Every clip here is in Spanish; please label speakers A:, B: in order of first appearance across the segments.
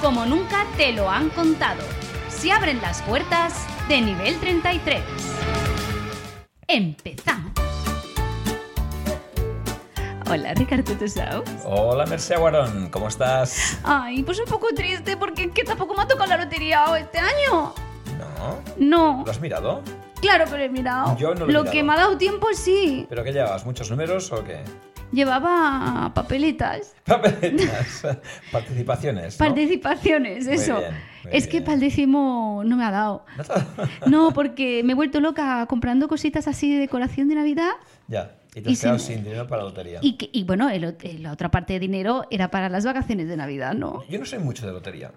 A: como nunca te lo han contado. Se abren las puertas de nivel 33. Empezamos. Hola, Ricardo Tutusau.
B: Hola, Mercé Guarón. ¿Cómo estás?
A: Ay, pues un poco triste porque es que tampoco me ha tocado la lotería este año.
B: No.
A: No.
B: ¿Lo has mirado?
A: Claro, pero he mirado.
B: Yo no lo he mirado.
A: que me ha dado tiempo, sí.
B: ¿Pero qué llevas? ¿Muchos números o qué?
A: Llevaba papeletas,
B: Papeletas. Participaciones. ¿no?
A: participaciones,
B: Muy
A: eso.
B: bien, muy
A: es que
B: bien.
A: para el décimo no me ha dado.
B: ¿No te ha dado?
A: No, porque me he vuelto loca comprando cositas así de decoración de Navidad.
B: ya. Y te
A: Y
B: has quedado
A: sin-
B: sin dinero para la lotería.
A: Y, que- y bueno, el ot- la otra parte de dinero era para las vacaciones de Navidad, ¿no?
B: Yo no soy mucho de lotería.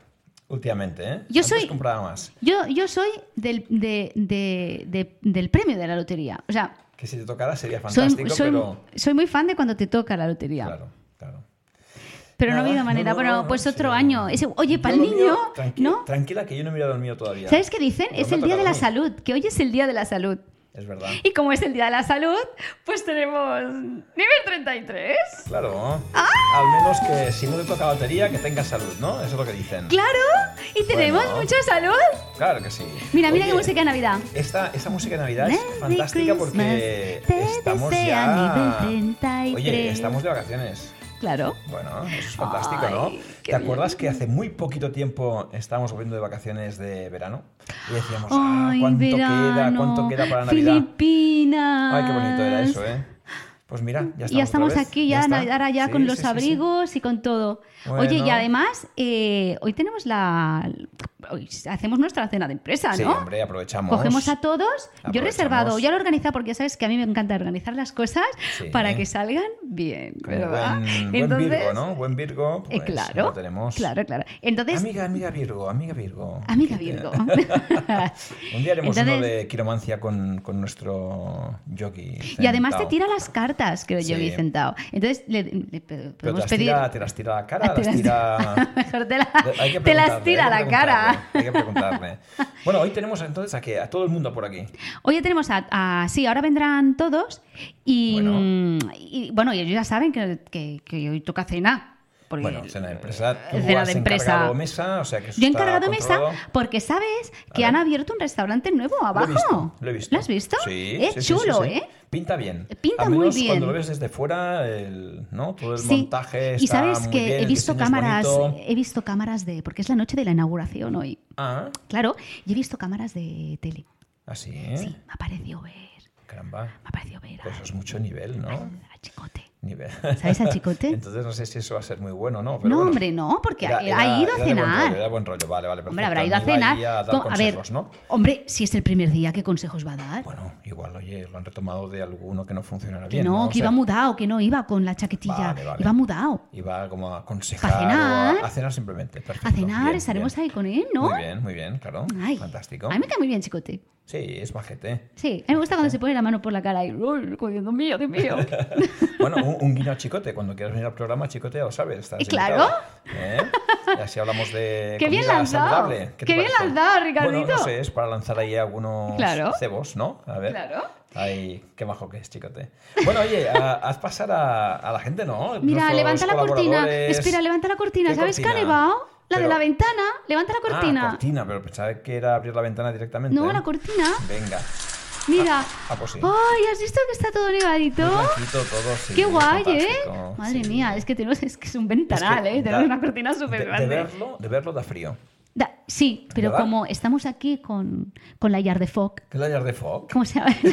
B: Últimamente, ¿eh?
A: Yo
B: Antes
A: soy-
B: compraba más.
A: Yo, yo soy del, de- de- de- del premio de la lotería. O sea,
B: Que si te tocara sería
A: soy,
B: fantástico,
A: soy-
B: pero...
A: soy muy fan de cuando te toca la lotería.
B: Claro, claro.
A: Pero no ha
B: Nada,
A: habido manera.
B: no, no,
A: bueno,
B: no,
A: pues
B: sí.
A: otro año. Ese- oye,
B: Yo
A: para el
B: lo
A: niño,
B: mío, tranqui-
A: ¿no?
B: Tranquila, que yo no he mirado el mío todavía.
A: ¿Sabes qué dicen?
B: Pero
A: Es
B: me
A: el
B: ha
A: Día de
B: tocado
A: la
B: a mí.
A: Salud, que hoy es el Día de la Salud.
B: Es verdad.
A: Y como es el Día de la Salud, pues tenemos nivel 33.
B: Claro.
A: ¡Ah!
B: Al menos que si no te toca la lotería, que tengas salud, ¿no? Eso es lo que dicen.
A: Claro, y tenemos
B: Bueno.
A: mucha salud.
B: Claro que sí.
A: Mira, mira qué
B: Oye,
A: música de Navidad.
B: Esta, esta música de Navidad
A: Merry
B: es fantástica porque
A: Christmas, te
B: estamos
A: desea
B: ya.
A: nivel 33.
B: Oye, estamos de vacaciones.
A: Claro.
B: Bueno, eso es fantástico, ¿no?
A: Ay, qué
B: ¿Te acuerdas que hace muy poquito tiempo estábamos volviendo de vacaciones de verano? Y decíamos, ah,
A: Ay,
B: ¿cuánto queda?
A: verano,
B: ¿Cuánto queda para Navidad?
A: Filipinas.
B: Ay, qué bonito era eso, ¿eh? Pues mira, ya estamos,
A: Ya estamos
B: otra vez.
A: aquí, ya,
B: está.
A: Navidad, ahora ya
B: Sí,
A: con
B: sí,
A: los
B: sí, sí.
A: abrigos y con todo. Oye, y
B: Bueno.
A: además, eh, hoy tenemos la. Hoy hacemos nuestra cena de empresa, ¿no?
B: Sí, hombre, aprovechamos.
A: Cogemos a todos. Yo he
B: Aprovechamos.
A: reservado, ya lo he organizado porque ya sabes que a mí me encanta organizar las cosas
B: Sí.
A: para que salgan bien,
B: Como
A: ¿verdad?
B: Buen, Mm, buen Virgo, ¿no? Buen Virgo.
A: ah, eh,
B: Pues,
A: claro,
B: Lo tenemos.
A: claro, claro. Entonces,
B: Amiga, amiga Virgo, amiga Virgo.
A: amiga Virgo.
B: Un día haremos uno
A: Entonces-
B: de quiromancia con, con nuestro jockey.
A: Y además te
B: Centao.
A: tira las cartas, creo yo,
B: Sí.
A: Vicentao. Entonces, le, le-
B: Pero te
A: podemos
B: las,
A: pedir.
B: tira, te las tira a la cara,
A: Te
B: las
A: las-
B: tira...
A: Mejor te, la-
B: Hay que
A: te las
B: preguntarle,
A: tira a
B: hay que
A: la cara.
B: preguntarle, Hay que preguntarle. Bueno, hoy tenemos entonces a, qué? a todo el mundo por aquí.
A: Oye, tenemos a, a- Sí, ahora vendrán todos y.
B: Bueno.
A: y, bueno, ellos ya saben que, que- que hoy toca cena. porque-
B: Bueno, cena de empresa. Tú
A: Cena
B: has
A: de empresa.
B: encargado mesa, o sea que eso
A: Yo he
B: está
A: encargado mesa
B: controlado.
A: porque sabes que
B: A
A: han
B: ver.
A: abierto un restaurante nuevo
B: Lo he
A: abajo.
B: visto, lo he visto.
A: has visto?
B: Sí.
A: Es
B: sí, sí,
A: chulo,
B: sí, sí.
A: ¿eh?
B: Pinta bien.
A: Pinta
B: Al
A: muy
B: menos
A: bien.
B: cuando lo ves desde fuera, el, ¿no? Todo el
A: Sí.
B: montaje está
A: y sabes
B: muy
A: que
B: bien,
A: he
B: el
A: visto
B: diseño es
A: cámaras, eh,
B: bonito.
A: he visto cámaras de, porque es la noche de la inauguración hoy,
B: Ah,
A: claro, y he visto cámaras de tele.
B: así, ¿eh?
A: Sí, me ha parecido ver,
B: Caramba.
A: me ha parecido ver
B: Pues eso
A: a,
B: es mucho nivel, ¿no?
A: a Chicote.
B: Nivel.
A: ¿Sabes al chicote?
B: Entonces no sé si eso va a ser muy bueno, ¿no?
A: no,
B: bueno.
A: hombre, no, porque
B: Era-
A: ha-
B: era-
A: ha ido a
B: era de buen
A: cenar.
B: rollo, era de buen rollo, vale, vale.
A: hombre,
B: perfecto.
A: habrá ido a
B: No iba
A: cenar.
B: ahí A, dar
A: Co- a ver,
B: consejos, ¿no?
A: hombre, si es el primer día, ¿qué consejos va a dar?
B: Bueno, igual, oye, lo han retomado de alguno que no funcionara
A: que
B: bien.
A: no,
B: ¿no? O
A: que
B: sea,
A: iba mudado, que no iba con la chaquetilla,
B: Vale, vale.
A: iba mudado.
B: Iba como a aconsejar.
A: Pa' cenar.
B: o a, a cenar simplemente. Perfecto.
A: A cenar,
B: Pues Bien,
A: estaremos
B: bien.
A: ahí con él, ¿no?
B: Muy bien, muy bien, claro.
A: Ay,
B: Fantástico.
A: A mí me cae muy bien, chicote.
B: Sí, es majete.
A: Sí, a mí me gusta cuando se pone la mano por la cara y, uy, co- Dios mío, Dios mío.
B: Bueno, un, un guiño a Chicote. Cuando quieras venir al programa, Chicote, ya lo sabes. Estás
A: Y claro.
B: invitado, ¿eh? Y así hablamos de.
A: Qué bien
B: comida
A: lanzado.
B: saludable. te
A: Qué bien
B: parece?
A: lanzado,
B: Bueno,
A: Ricardito.
B: no sé, es para lanzar ahí algunos
A: Claro.
B: cebos, ¿no? A ver.
A: Claro.
B: Ay, qué bajo que es, Chicote. Bueno, oye, a- haz pasar a, a la gente, ¿no?
A: Mira,
B: Nuestros
A: levanta la cortina.
B: colaboradores.
A: Espera, levanta la cortina.
B: ¿Qué
A: ¿Sabes qué ha
B: cortina?
A: nevado? La de
B: Pero-
A: la ventana. Levanta la
B: Ah,
A: cortina.
B: cortina, pero pensaba que era abrir la ventana directamente.
A: No,
B: ¿eh?
A: la cortina.
B: Venga.
A: Mira.
B: ah, pues sí. Pues
A: Ay, ¿has visto que está todo nevadito?
B: Blanquito todo, sí,
A: Qué guay, ¿eh?
B: fantástico,
A: Madre
B: sí.
A: mía, es que tenemos, es que es un ventanal,
B: Es que
A: ¿eh?
B: da-
A: Tenemos una cortina súper
B: de, de
A: grande.
B: verlo, de verlo da frío.
A: Da- sí, pero
B: ¿Verdad?
A: como estamos aquí con, con la Yard de Foc,
B: ¿Qué es la Yard de Fog?
A: ¿cómo se llama?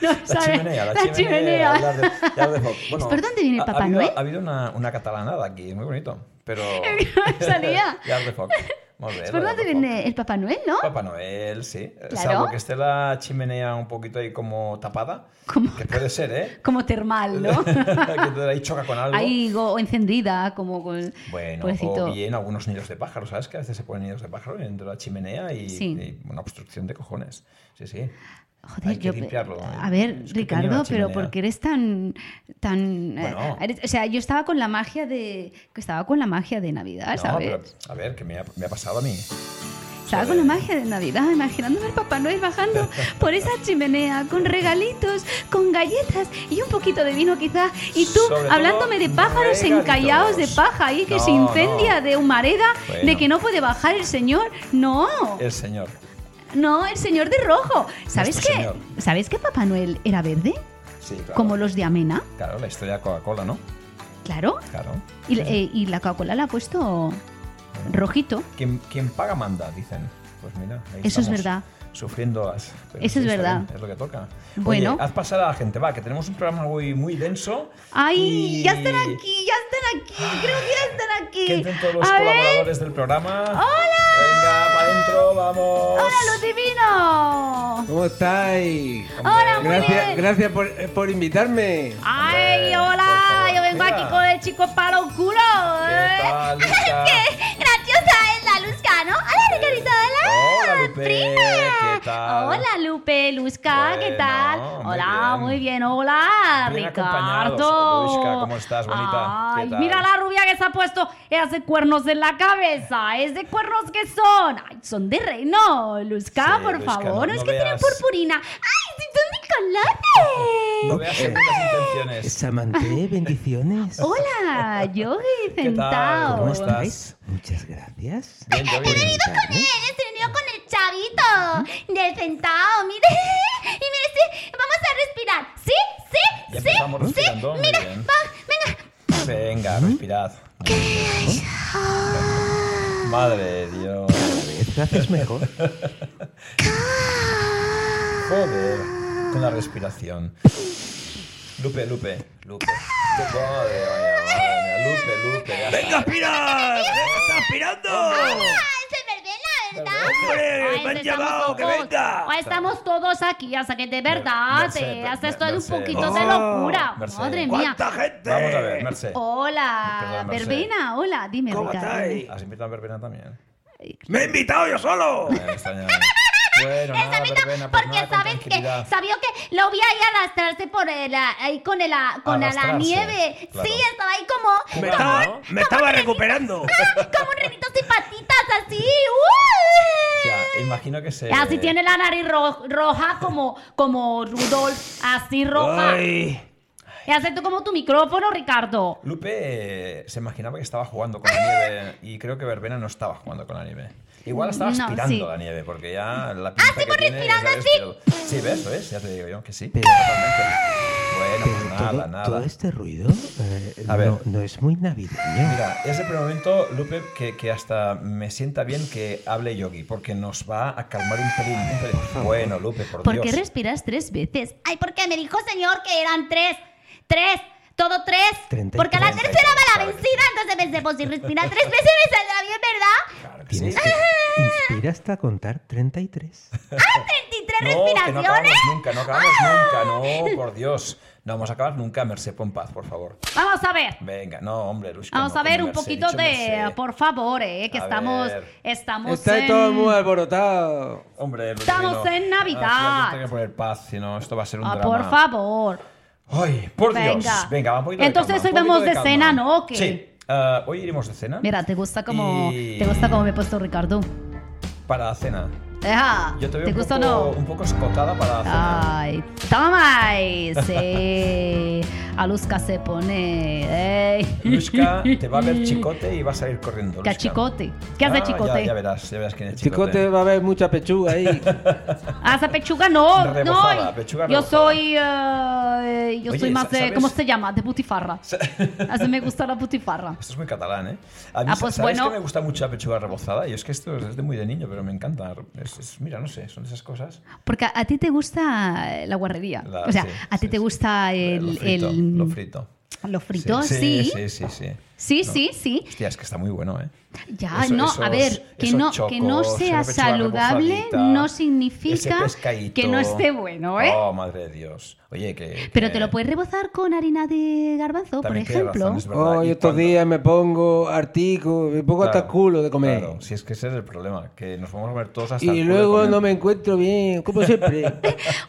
A: La, no
B: La
A: sabe.
B: chimenea, la,
A: La
B: chimenea.
A: chimenea.
B: Yard de- Yard de Fog. Bueno,
A: ¿Por dónde viene
B: ha-
A: Papá
B: ha habido,
A: Noel?
B: Ha habido una, una catalanada aquí, muy bonito. Pero.
A: Salía.
B: Yard de Fog. Molt bé,
A: Es por
B: lo de
A: donde
B: Papá-
A: viene el Papá Noel, ¿no?
B: Papá Noel, sí.
A: Claro.
B: Salvo que esté la chimenea un poquito ahí como tapada.
A: Como-
B: Que puede ser, ¿eh?
A: Como termal, ¿no?
B: que te- ahí choca con algo.
A: Ahí pues, go- o encendida, como con...
B: Bueno,
A: Pobrecito.
B: o bien algunos nidos de pájaro, ¿sabes? Que a veces se ponen nidos de pájaro dentro de la chimenea y,
A: Sí.
B: y una obstrucción de cojones. Sí, sí.
A: Joder,
B: Hay que
A: yo-
B: limpiarlo. ¿eh?
A: A ver,
B: Es que tenía
A: Ricardo, pero
B: una chimenea.
A: ¿por qué eres tan tan eh,
B: Bueno.
A: eres- o sea, yo estaba con la magia de que estaba con la magia de Navidad,
B: No,
A: Ah, ¿sabes?
B: pero, a ver, que me ha, me ha pasado a mí.
A: Estaba con la magia de Navidad, imaginándome al Papá Noel bajando por esa chimenea con regalitos, con galletas y un poquito de vino quizás. Y tú
B: Sobre todo,
A: hablándome de pájaros
B: regalitos.
A: encallados de paja ahí que se
B: No,
A: incendia
B: no.
A: de humareda, de
B: Bueno.
A: que no puede bajar el señor. No.
B: El señor.
A: No, el señor de rojo. ¿Sabes
B: Nuestro
A: qué?
B: señor.
A: ¿Sabes que Papá Noel era verde?
B: Sí, claro.
A: Como los de Amena,
B: Claro, la historia de Coca-Cola, ¿no?
A: claro.
B: Claro.
A: Y, eh, y la Coca-Cola la ha puesto rojito.
B: Quien, quien paga manda, dicen. Pues mira, ahí
A: Eso es
B: estamos
A: verdad.
B: Sufriendo las. pero
A: Eso es
B: está
A: verdad.
B: bien, es lo que toca.
A: Bueno.
B: Oye, haz pasar a la gente, va, que tenemos un programa muy, muy denso.
A: ¡Ay!
B: y-
A: ¡Ya están aquí! ¡Ya están aquí! ¡Creo que ya están aquí!
B: Que entren todos los
A: a ver,
B: colaboradores del programa. ¡Hola! Venga, para adentro, vamos.
A: ¡Hola, los divinos!
C: ¿Cómo estáis?
A: ¡Hola, muy
C: Gracias,
A: bien!
C: gracias por, eh, por invitarme.
A: ¡Ay,
B: Hombre, por
A: hola!
B: favor,
A: Yo vengo
B: mira.
A: aquí con el chico para los culo. ¿eh?
B: ¿Qué tal, Luca?
A: ¡Graciosa es la Luzca, ¿no? ¡Hola, Ricardito! ¡Hola!
B: Hola, Lupe,
A: ¡Prima!
B: ¿qué tal?
A: ¡Hola, Lupe! ¡Luzca! ¿Qué
B: Bueno,
A: tal?
B: muy
A: ¡Hola!
B: bien.
A: Muy bien, hola,
B: Bien acompañados.
A: Ricardo.
B: Luzca, ¿cómo estás, bonita?
A: Ay,
B: ¿Qué tal?
A: mira la rubia que se ha puesto. Hace cuernos en la cabeza. ¿Es de cuernos que son? Ay, son de reino. Luzca,
B: Sí,
A: por
B: Luzca,
A: favor. No,
B: no-
A: es
B: no
A: que tienen
B: veas-
A: purpurina. ¡Ay, si son de colores!
B: No veas segundas intenciones.
C: Samanté, bendiciones.
A: Hola, yo
B: ¿Qué tal?
A: Centao.
B: ¿Cómo
A: He
B: estás?
C: Muchas gracias.
B: Bien, yo bien.
A: venido con el chavito del Centao, mire. Y mire, sí, vamos a respirar. ¿Sí? ¿Sí?
B: Ya empezamos respirando. Mira, venga. Venga, respirad. Madre de Dios.
C: Te haces mejor.
B: Joder. Con la respiración. Lupe, Lupe, Lupe. Lupe, madre mía, Lupe, Lupe. ya está.
C: ¡Venga, aspira! Ah, ¡Está aspirando!
A: Ah, Se verdad.
C: ¡Hombre,
A: Ay,
C: me han
A: estamos
C: llamado! ¡Que
A: todos-
C: venga!
A: ay, Estamos todos aquí, hasta que de verdad
B: Merced,
A: te haces
B: Merced,
A: esto de un
B: Merced.
A: poquito de
C: Oh,
A: locura.
B: Merced.
A: Madre mía.
C: ¡Cuánta gente!
B: Vamos a ver, Merce.
A: Hola,
B: Perdón, Merced.
A: verbena, hola, dime,
C: ¿Cómo
A: Ricardo.
C: estáis?
B: ¿Has invitado a Verbena también?
C: ¡Me he invitado yo solo!
B: Me extraña. Bueno, nada, Verbena, pues
D: Porque
B: nada, con
D: sabes que
B: tranquilidad.
D: sabía que lo vi ahí arrastrarse por el, ah, ahí con el, ah, con la- la
B: Arrastrarse,
D: nieve.
B: claro.
D: Sí, estaba ahí como,
C: Me
B: Bueno,
C: estaba,
B: ¿no?
C: me estaba recuperando.
D: como un renito sin patitas así. ¡Uh!
B: Ya, imagino que se...
D: Así tiene la nariz ro- roja como, como Rudolf, así roja.
C: Ay,
D: Y hace tú como tu micrófono, Ricardo.
B: Lupe eh, se imaginaba que estaba jugando con la nieve y creo que Verbena no estaba jugando con la nieve. Igual estaba
D: No,
B: aspirando
D: sí.
B: la nieve porque ya la pinta que
D: por
B: tiene es
D: respirando
B: haber
D: así.
B: aspirado. Sí, ves, ves, ya te digo yo que sí.
C: Pero-
B: totalmente. Bueno,
C: pero
B: pues nada,
C: todo,
B: nada.
C: todo este ruido eh,
B: A ver.
C: no, no es muy navideño.
B: Mira, es el primer momento, Lupe, que, que hasta me sienta bien que hable Yogi, porque nos va a calmar un pelín. un pelín. Bueno, Lupe, por,
A: ¿Por
B: Dios.
A: qué respiras tres veces?
D: Ay, porque me dijo el señor que eran tres. Tres. Todo tres.
C: Treinta y
D: Porque a la
C: tres.
D: tercera va la vencida. Entonces pensé, pues si respiras tres veces me saldrá bien, ¿verdad?
B: Claro que sí.
C: Tienes que inspira hasta contar 33.
D: ¿33
B: No, que no acabamos
D: respiraciones?
B: nunca, no acabamos nunca, no, por Dios. No vamos a acabar nunca, Merced, pon paz, por favor.
D: Vamos a ver.
B: Venga, no, hombre, Lushka,
D: Vamos
B: no,
D: a ver
B: con
D: un
B: Merced,
D: poquito
B: dicho
D: de,
B: Merced.
D: por favor, eh, que
B: A
D: estamos,
B: ver.
D: estamos
C: Está
D: en-
C: todo muy alborotado.
B: Hombre, Luis
D: Estamos
B: Divino,
D: en Navidad.
B: ah, sí, hay que poner paz, si no, esto va a ser un
D: Ah,
B: drama.
D: por favor.
B: Ay, por
D: Venga.
B: Dios. Venga, va un poquito
D: Entonces,
B: de
D: hoy
B: calma, un
D: vamos
B: poquito
D: de cena,
B: calma.
D: ¿no? ¿O qué?
B: Sí. Ah, hoy iremos de cena.
A: Mira, te gusta como
B: Y-
A: te gusta como me he puesto Ricardo.
B: Para la cena.
A: Ajá,
B: Yo te veo
A: ¿Te
B: un,
A: gusta o
B: poco,
A: no?
B: un poco escotada para la cena.
D: Ah.
A: Ay, toma más. Eh, a Luzca se pone. Eh.
B: Lushka te va a ver chicote y va a salir corriendo.
A: ¿Qué
B: Lushka.
A: a chicote? ¿Qué hace
B: Ah,
A: chicote?
B: Ya, ya verás, ya verás quién es chicote.
C: Chicote, va a haber mucha pechuga ahí.
A: Ah, esa pechuga no,
B: Rebozada,
A: no.
B: pechuga
A: yo
B: rebozada.
A: soy, eh, yo
B: Oye,
A: soy más de,
B: ¿sabes?
A: ¿cómo se llama? De putifarra. Así me gusta la putifarra.
B: Esto es muy catalán, ¿eh? A mí,
A: Ah, pues
B: ¿sabes
A: bueno.
B: que me gusta mucho la pechuga rebozada? Y es que esto es de muy de niño, pero me encanta. Es- es- mira, no sé, son esas cosas.
A: Porque a, a ti te gusta eh, la guarrería.
B: La-
A: o sea,
B: sí,
A: a ti
B: sí,
A: te
B: sí.
A: gusta
B: Eh,
A: el,
B: lo frito.
A: el-
B: lo frito.
A: lo frito, sí.
B: Sí, sí, sí. sí.
D: Sí, sí, sí.
B: Hostia, es que está muy bueno, ¿eh?
D: Ya,
B: Eso-
D: no, a
B: esos-
D: ver, que
B: esos
D: no, que no
B: chocos,
D: sea
B: esa pechuga
D: saludable
B: rebozadita,
D: no
B: ese
D: significa
B: pescadito.
D: que no esté bueno, ¿eh?
B: Oh, madre de Dios. Oye, que.
D: Pero
B: que-
D: te lo puedes rebozar con harina de garbanzo, por
B: también tienes
D: ejemplo.
B: razón, es verdad.
C: Hoy
B: Y
C: estos
B: cuando-
C: días me pongo artico, me pongo hasta el
B: Claro,
C: culo de comer.
B: Claro, si es que ese es el problema, que nos vamos a ver todos hasta el
C: Y
B: culo de
C: luego
B: comer.
C: no me encuentro bien, como siempre.
B: ah.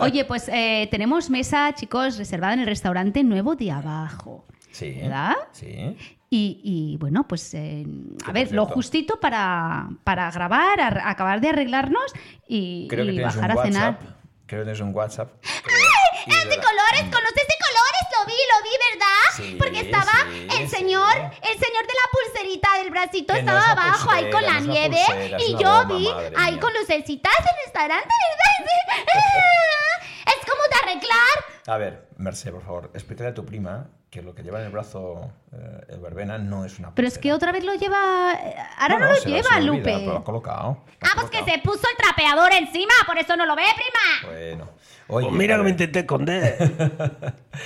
D: Oye, pues eh, tenemos mesa, chicos, reservada en el restaurante nuevo de abajo.
B: Sí.
D: ¿Verdad?
B: Sí.
D: Y, y, bueno, pues eh, a
B: por
D: ver, lo
B: cierto.
D: justito para, para grabar, ar- acabar de arreglarnos y,
B: Creo que
D: y
B: tienes un
D: bajar a
B: WhatsApp.
D: cenar.
B: Creo que tienes un WhatsApp.
E: ¡Ay! ¡Es de colores! ¿Conoces de colores? Lo vi, lo vi, ¿verdad?
B: Sí,
E: Porque estaba
B: sí,
E: el
B: sí.
E: señor, el señor de la pulserita del bracito
B: Que no
E: estaba
B: es una
E: abajo ahí con la
B: pulsera, no es una
E: nieve
B: pulsera, es
E: y
B: una
E: yo
B: goma,
E: vi
B: madre
E: ahí
B: mía.
E: con lucecitas el restaurante, ¿verdad? Sí. es como de arreglar.
B: A ver, Merce, por favor, explícale a tu prima que lo que lleva en el brazo eh, el verbena no es una
D: Pero es que
B: pulsera.
D: otra vez lo lleva... eh, Ahora no,
B: No,
D: lo
B: se le-
D: lleva,
B: se le olvida,
D: Lupe.
B: pero lo ha colocado. lo ha
E: Ah, pues que
B: colocado.
E: se puso el trapeador encima, por eso no lo ve, prima.
B: Bueno. Oye,
C: Pues mira
B: a
C: que me
B: ver,
C: intenté esconder.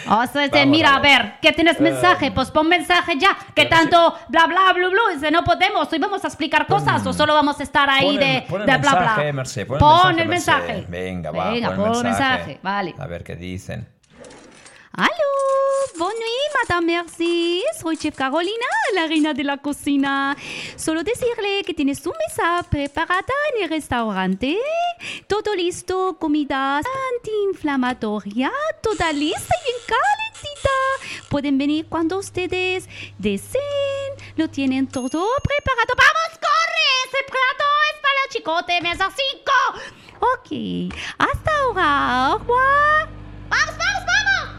D: O sea, dice,
B: Vamos a
D: mira, a
B: ver.
D: ver, ¿qué tienes mensaje? Pues pon mensaje ya, que
B: Pero sí.
D: tanto bla bla bla bla, dice, no podemos, hoy vamos a explicar cosas o solo vamos a estar ahí
B: pon
D: de,
B: el- pon el
D: de bla bla.
B: mensaje, Mercé, pon el mensaje, Mercé. Venga, va,
D: Venga,
B: pon el
D: pon
B: mensaje.
D: vale.
B: A ver qué dicen.
D: Allô, bonne nuit, Madame Merci. Soy Chef Carolina, la reina de la cocina. Solo decirle que tienes tu mesa preparada en el restaurante. Todo listo, comida antiinflamatoria, toda lista y bien calentita. Pueden venir cuando ustedes deseen. Lo tienen todo preparado. ¡Vamos, corre! Ese plato es para el chicote, mesa 5. Ok, hasta ahora. Au revoir.
E: ¡Vamos, vamos, vamos!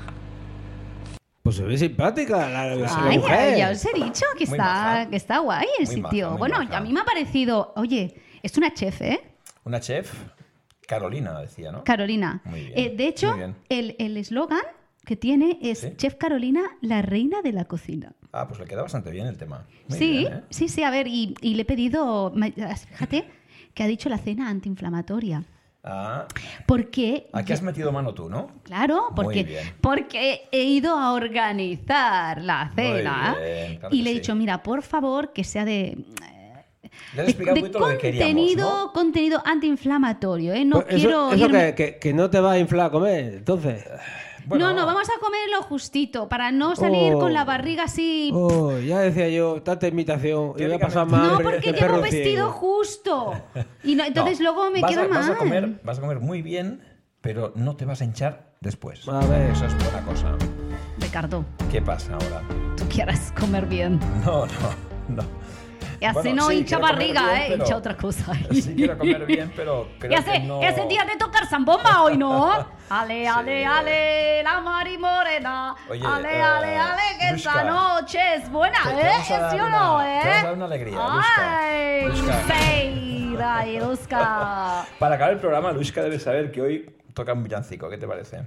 C: Pues se ve simpática la, la- la
D: Ay,
C: mujer.
D: ya os he dicho que
B: Muy
D: está,
B: maja.
D: que está guay el
B: Muy
D: sitio.
B: maja, muy
D: bueno,
B: maja.
D: a mí me ha parecido, oye, es una chef, ¿eh?
B: Una chef, Carolina decía, ¿no?
D: Carolina.
B: Muy bien,
D: Eh, de hecho,
B: muy bien.
D: el el eslogan que tiene es
B: ¿Sí?
D: Chef Carolina, la reina de la cocina.
B: ah, pues le queda bastante bien el tema. Muy
D: sí,
B: bien, ¿eh?
D: sí, sí, a ver, y, y le he pedido, ma- fíjate, que ha dicho la cena antiinflamatoria.
B: Ah,
D: Porque,
B: aquí has metido mano tú, ¿no?
D: claro,
B: Muy
D: porque,
B: bien.
D: porque he ido a organizar la
B: Muy
D: cena
B: bien, claro
D: y
B: que
D: le he
B: sí.
D: dicho, mira, por favor, que sea de
B: Ya le he
D: de,
B: explicado
D: de
B: un poquito lo que queríamos,
D: contenido,
B: ¿no?
D: contenido antiinflamatorio, ¿eh? No
C: Pues eso-
D: quiero
C: eso
D: irme...
C: que, que- que no te va a inflar a comer, entonces.
B: Bueno,
D: No, no, vamos a comer lo justito para no salir
C: Oh.
D: con la barriga así...
C: Oh, ya decía yo, tanta invitación, y voy a pasar más
D: No,
B: Ah,
C: hambre
D: porque
C: que
D: llevo
C: perro
D: vestido
C: ciego.
D: justo. Y no- entonces
B: No,
D: luego me
B: vas
D: queda
B: a,
D: mal.
B: Vas a, comer, vas a comer muy bien, pero no te vas a hinchar después.
C: A ver.
B: Eso es buena cosa.
D: Ricardo,
B: ¿Qué pasa ahora?
D: tú quieras comer bien.
B: No, no, no.
D: Y así
B: Bueno,
D: no
B: sí,
D: hincha
B: quiero comer
D: barriga,
B: bien,
D: ¿eh?
B: pero-
D: Hincha otra cosa.
B: Sí quiero comer bien, pero creo
D: Y hace,
B: que no...
D: ese día de tocar zambomba hoy, ¿no? Ale,
B: Sí,
D: ale,
B: eh.
D: ale, la mari morena.
B: Oye,
D: ale,
B: eh,
D: ale, ale, que esta
B: Luzca,
D: noche es buena,
B: te- te
D: ¿eh?
B: vamos a dar
D: ¿Sí o
B: una-
D: no,
B: te
D: eh?
B: vamos a dar una alegría, Luzca.
D: Ay,
B: Luzca.
D: Seira y Luzca.
B: Para acabar el programa, Luisca debe saber que hoy toca un villancico. ¿Qué te parece?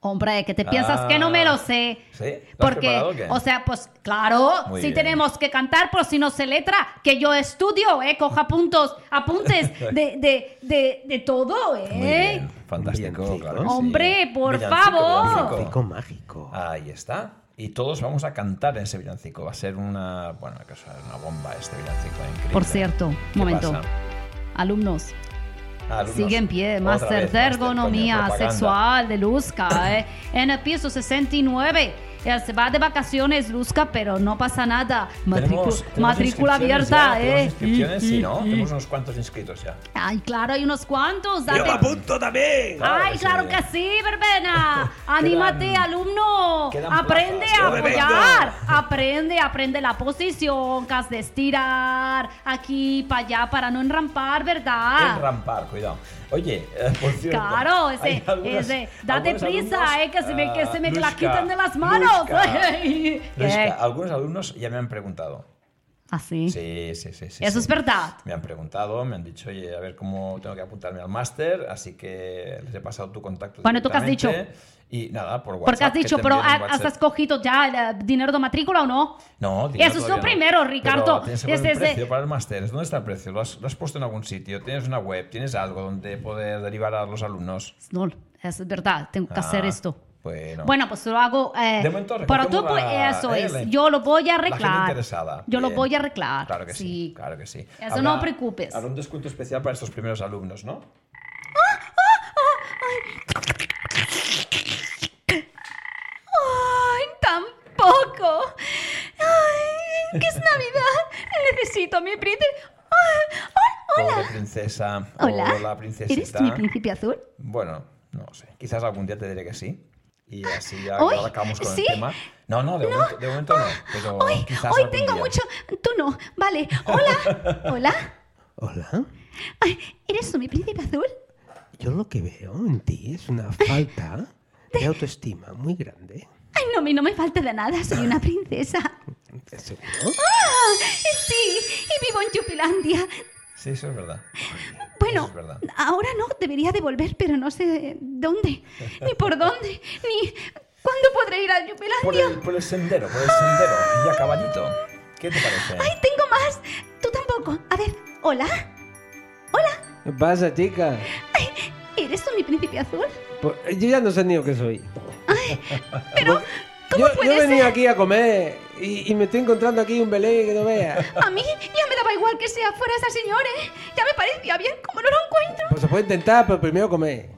D: Hombre, que te piensas
B: Ah.
D: que no me lo sé.
B: ¿Sí? ¿Lo has
D: Porque,
B: preparado o qué?
D: o sea, pues claro,
B: Muy
D: si
B: bien.
D: tenemos que cantar, por si no se letra, que yo estudio, ¿eh? Coja puntos, apuntes de, de, de, de todo, ¿eh?
B: Muy bien, fantástico,
C: Villancico.
B: claro. que
D: Hombre,
B: sí.
D: por
B: Villancico,
D: favor.
B: villancico.
C: Pico mágico.
B: Ahí está. Y todos vamos a cantar ese villancico. Va a ser una, bueno, que sea una bomba este villancico increíble.
D: Por cierto, un
B: ¿Qué
D: momento.
B: pasa?
D: Alumnos,
B: Ah, alumnos.
D: sigue en pie.
B: Otra
D: Máster
B: vez,
D: de
B: máster, coño,
D: Ergonomía
B: propaganda.
D: Sexual de Luzca, eh, en el piso 69. Ya Se va de vacaciones, Luzca, pero no pasa nada. Matricu-
B: Tenemos- tenemos
D: matrícula
B: inscripciones
D: abierta,
B: ya,
D: ¿eh?
B: Tenemos inscripciones,
D: Mm,
B: sí,
D: mm,
B: ¿no?
D: mm.
B: Tenemos unos cuantos inscritos ya.
D: Ay, claro, hay unos cuantos. Date.
C: ¡Yo me apunto también!
B: Claro
D: Ay,
B: que
D: claro
B: sí.
D: que sí, verbena. Anímate,
B: Quedan-
D: alumno.
B: quedan
D: Aprende
B: plazas,
D: a
B: quedan
D: apoyar. Aprende, aprende la posición, que has de estirar aquí para allá para no enrampar, ¿verdad?
B: El rampar, cuidado. Oye, eh, por cierto.
D: Claro, ese-
B: hay algunos-
D: ese, date
B: algunos
D: prisa,
B: alumnos, Ah,
D: eh, que se me- que se me la
B: Luzca,
D: quitan de las manos.
B: Luzca,
D: Eh.
B: Luzca, algunos alumnos ya me han preguntado.
D: Así.
B: ah, Sí, sí, sí. sí
D: Eso
B: sí.
D: es verdad.
B: Me han preguntado, me han dicho, oye, a ver cómo tengo que apuntarme al máster, así que les he pasado tu contacto.
D: Bueno, ¿tú qué has
B: directamente. Y nada, por WhatsApp.
D: Porque has
B: que
D: dicho,
B: te
D: pero
B: envíen un
D: ¿has has
B: WhatsApp.
D: cogido ya el eh, dinero de matrícula o no?
B: No,
D: Eso es
B: todavía
D: lo
B: no.
D: primero,
B: Pero
D: Ricardo. Este
B: tienes que poner
D: Desde-
B: un precio para el máster. ¿Dónde está el precio? ¿Lo has, lo has puesto en algún sitio? ¿Tienes una web? ¿Tienes algo donde poder derivar a los alumnos?
D: No, es verdad, tengo que
B: Ah,
D: hacer esto.
B: Bueno.
D: Bueno, pues lo hago. eh,
B: De momento
D: pero tú,
B: recogemos
D: pues,
B: la-
D: eso
B: eh,
D: es.
B: la-
D: Yo lo voy a
B: la gente
D: arreglar.
B: interesada.
D: Yo lo
B: Bien.
D: voy a arreglar.
B: Claro que sí. Claro que sí.
D: Eso no preocupes.
B: Habrá un descuento especial para estos primeros alumnos, ¿no?
D: ¡Ay, tampoco! ¡Ay, que es Navidad! Necesito mi príncipe.
B: Hola. princesa.
D: Hola.
B: Hola, princesita.
D: ¿Eres mi príncipe azul?
B: Bueno, no sé. Quizás algún día te diré que sí. Y así ya
D: Hoy,
B: acabamos con
D: ¿sí?
B: el tema. No, no, de, Momento, de momento no. Pero
D: Hoy,
B: quizás
D: hoy
B: algún
D: tengo
B: día.
D: mucho. Tú no, vale. Hola, hola.
F: Hola.
D: Ay, ¿Eres tú mi príncipe azul?
F: Yo lo que veo en ti es una falta de autoestima muy grande.
D: Ay, no, a mí no me falta de nada, soy una princesa.
F: ¿Seguro?
D: ¡Ah! Sí, y vivo en Yupilandia.
B: Sí, eso es verdad.
D: Bueno,
B: Eso es verdad.
D: ahora no, debería devolver, pero no sé dónde, ni por dónde, ni cuándo podré ir a
B: Por
D: Yupilandia.
B: el, por el sendero, por el sendero. Y a caballito. ¿Qué te parece?
D: ¡Ay, tengo más! Tú tampoco. A ver, hola.
C: ¿Qué pasa, chica?
D: Ay, ¿Eres tú mi príncipe azul?
C: Pues, Yo ya no sé ni lo que soy.
D: Pero, ¿cómo
C: yo, yo
D: puede
C: venía
D: ser?
C: aquí a comer y, y me estoy encontrando aquí un Belén que no veas.
D: A mí ya me daba igual que sea fuera esa señora, ¿eh? Ya me parecía bien como no lo encuentro.
C: Pues se puede intentar, pero primero comer.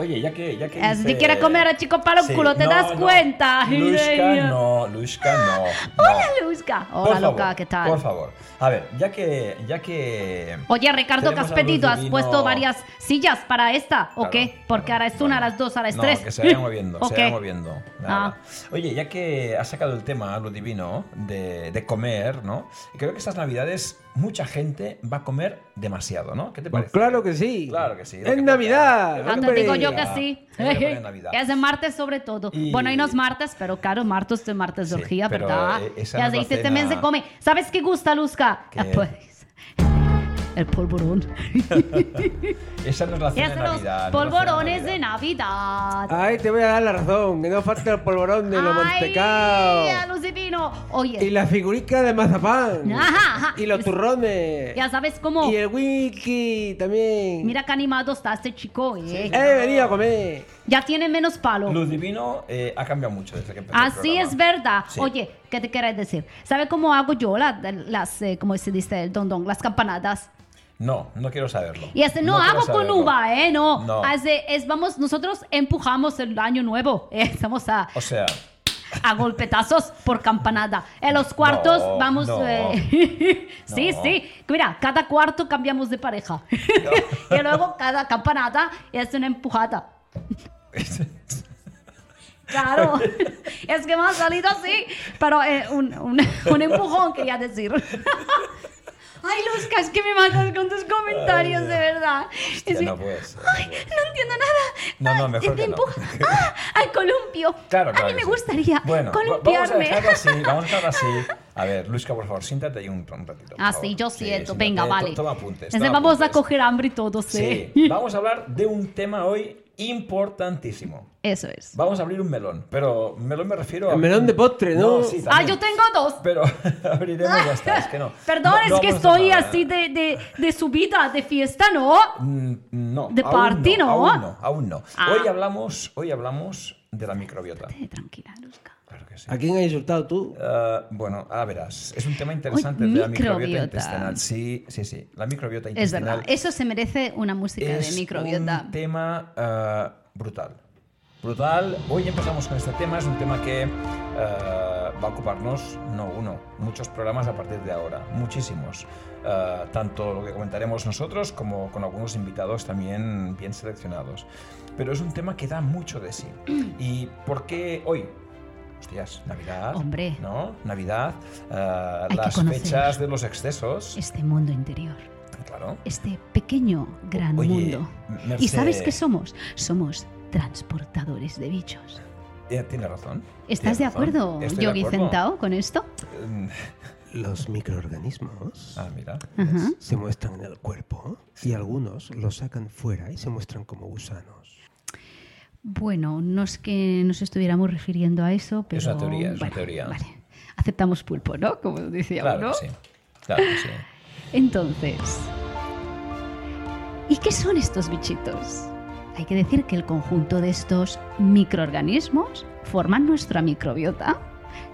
B: Oye, ya que. Ya que
D: Ah, si
B: dice-
D: quieres comer a chico palo
B: Sí,
D: culo, ¿te
B: no,
D: das
B: no.
D: cuenta?
B: Luisca
D: Irene?
B: no, Luisca no.
D: Hola,
B: no.
D: Luzca.
B: Por
D: Hola, loca,
B: favor,
D: ¿qué tal?
B: Por favor. A ver, ya que. Ya que...
D: Oye, Ricardo
B: Tenemos a
D: Caspetito,
B: Luz
D: ¿has
B: Divino.
D: puesto varias sillas para esta o
B: Claro,
D: qué? Porque
B: claro,
D: ahora es una,
B: bueno.
D: ahora es dos, ahora es
B: No,
D: tres.
B: Que se vaya moviendo,
D: ¿O
B: se
D: qué?
B: vaya moviendo.
D: Ah.
B: nada. Oye, ya que has sacado el tema, lo divino, de, de comer, ¿no? Y creo que estas navidades mucha gente va a comer demasiado, ¿no? ¿Qué te
C: Pues
B: parece?
C: claro que sí.
B: Claro que sí. lo
C: ¡Es
B: que
C: Navidad!
B: toca.
D: Ah, te
C: hombre!
D: digo yo que sí.
B: Se me pone en Navidad.
D: es de martes sobre todo.
B: Y-
D: Bueno, hay unos martes, pero claro, martes de martes de
B: Sí,
D: orgía,
B: pero,
D: ¿verdad?
B: eh, esa
D: Ya
B: no
D: se
B: es la
D: dice, este
B: cena.
D: mes se come. ¿Sabes qué gusta, Luzca?
B: ¿Qué?
D: Pues, el polvorón.
B: Esa no es la cena
D: Es
B: de
D: de los
B: Navidad. no es la cena
D: polvorones de
B: Navidad.
D: Navidad.
C: Ay, te voy a dar la razón, que no falta el polvorón de lo
D: ¡Ay,
C: mantecao.
D: alucipino! Oye.
C: Y la figurica de mazapán.
D: Ajá, ajá.
C: Y los turrones.
D: Ya sabes cómo.
C: Y el wiki también.
D: Mira qué animado está este chico, ¿eh?
C: He venido a comer.
D: Ya tiene menos palo.
B: Luz Divino eh, ha cambiado mucho desde que empezó el
D: Así
B: programa.
D: es verdad.
B: Sí.
D: Oye, ¿qué te quieres decir? ¿Sabe cómo hago yo la- las, eh, como se dice, el don don, las campanadas?
B: No, no quiero saberlo.
D: Y este no,
B: quiero
D: hago con
B: saberlo.
D: uva, ¿eh? No.
B: No.
D: Hace- es, vamos, nosotros empujamos el año nuevo. eh, estamos a,
B: O sea,
D: a golpetazos por campanada. En los cuartos
B: No,
D: vamos...
B: no.
D: eh, sí,
B: No.
D: sí. Mira, cada cuarto cambiamos de pareja. y luego cada campanada es una empujada. Claro, es que me ha salido así, pero eh, un, un- un empujón quería decir. Ay, Luzca, es que me matas con tus comentarios, de verdad. Es
B: ya
D: que-
B: no puedes.
D: Ay, no entiendo nada.
B: No, no,
D: Ah,
B: mejor
D: te
B: que no.
D: empuja. Ah, al columpio.
B: Claro, claro
D: A mí me
B: que sí.
D: gustaría
B: Bueno, va- vamos a
D: columpiarme.
B: dejarlo así, vamos a dejarlo así. A ver, Luisca, por favor, siéntate ahí un, un ratito. por
D: Ah,
B: favor.
D: sí, yo
B: Sí,
D: siento.
B: siéntate,
D: Venga,
B: to-
D: vale.
B: Toma apuntes.
D: Entonces
B: toma
D: vamos a
B: apuntes.
D: coger hambre y ¿eh? todo, sí.
B: Sí, vamos a hablar de un tema hoy importantísimo.
D: Eso es.
B: Vamos a abrir un melón, pero melón me refiero a...
C: El melón de postre, ¿no?
B: sí,
D: Ah,
B: también.
D: yo tengo dos.
B: Pero abriremos ya está, es que no.
D: Perdón,
B: No- no
D: es que
B: vamos a hacer
D: estoy
B: nada.
D: así de, de, de subida, de fiesta, ¿no?
B: Mm, No,
D: De
B: aún
D: party, ¿no?
B: Aún no, aún no.
D: Ah.
B: Hoy, hablamos, hoy hablamos de la microbiota.
D: Eh, Tranquila, Luzca.
B: Claro que sí.
C: ¿A quién has insultado tú?
B: Eh, bueno, ahora verás. Es un tema interesante
D: Uy,
B: de la
D: microbiota.
B: microbiota intestinal. Sí, sí, sí. La microbiota
D: Es
B: intestinal.
D: verdad, eso se merece una música
B: es
D: de microbiota.
B: un tema eh, brutal. Brutal. Hoy empezamos con este tema. Es un tema que eh, va a ocuparnos, no uno, muchos programas a partir de ahora. Muchísimos. Eh, tanto lo que comentaremos nosotros como con algunos invitados también bien seleccionados. Pero es un tema que da mucho de sí. ¿Y por qué hoy? Hostias, Navidad.
D: Hombre.
B: ¿No? Navidad. eh,
D: Hay que
B: las
D: conocer
B: fechas de los excesos.
D: Este mundo interior,
B: Claro.
D: este pequeño gran
B: Oye,
D: mundo.
B: Merced,
D: ¿Y sabes qué somos? Somos transportadores de bichos.
B: Eh, tiene razón.
D: ¿Estás de
B: Tiene razón.
D: acuerdo,
B: Estoy de
D: Yogi
B: acuerdo.
D: Centao, con esto?
B: Eh,
F: Los microorganismos
B: Ah, mira.
D: Ajá.
F: se muestran en el cuerpo y algunos los sacan fuera y se muestran como gusanos.
D: Bueno, no es que nos estuviéramos refiriendo a eso, pero.
B: Es una teoría, es una
D: bueno,
B: teoría.
D: Vale. Aceptamos pulpo, ¿no? Como decía
B: Claro
D: uno.
B: que sí. Claro que sí.
D: Entonces, ¿y qué son estos bichitos? Hay que decir que el conjunto de estos microorganismos forman nuestra microbiota,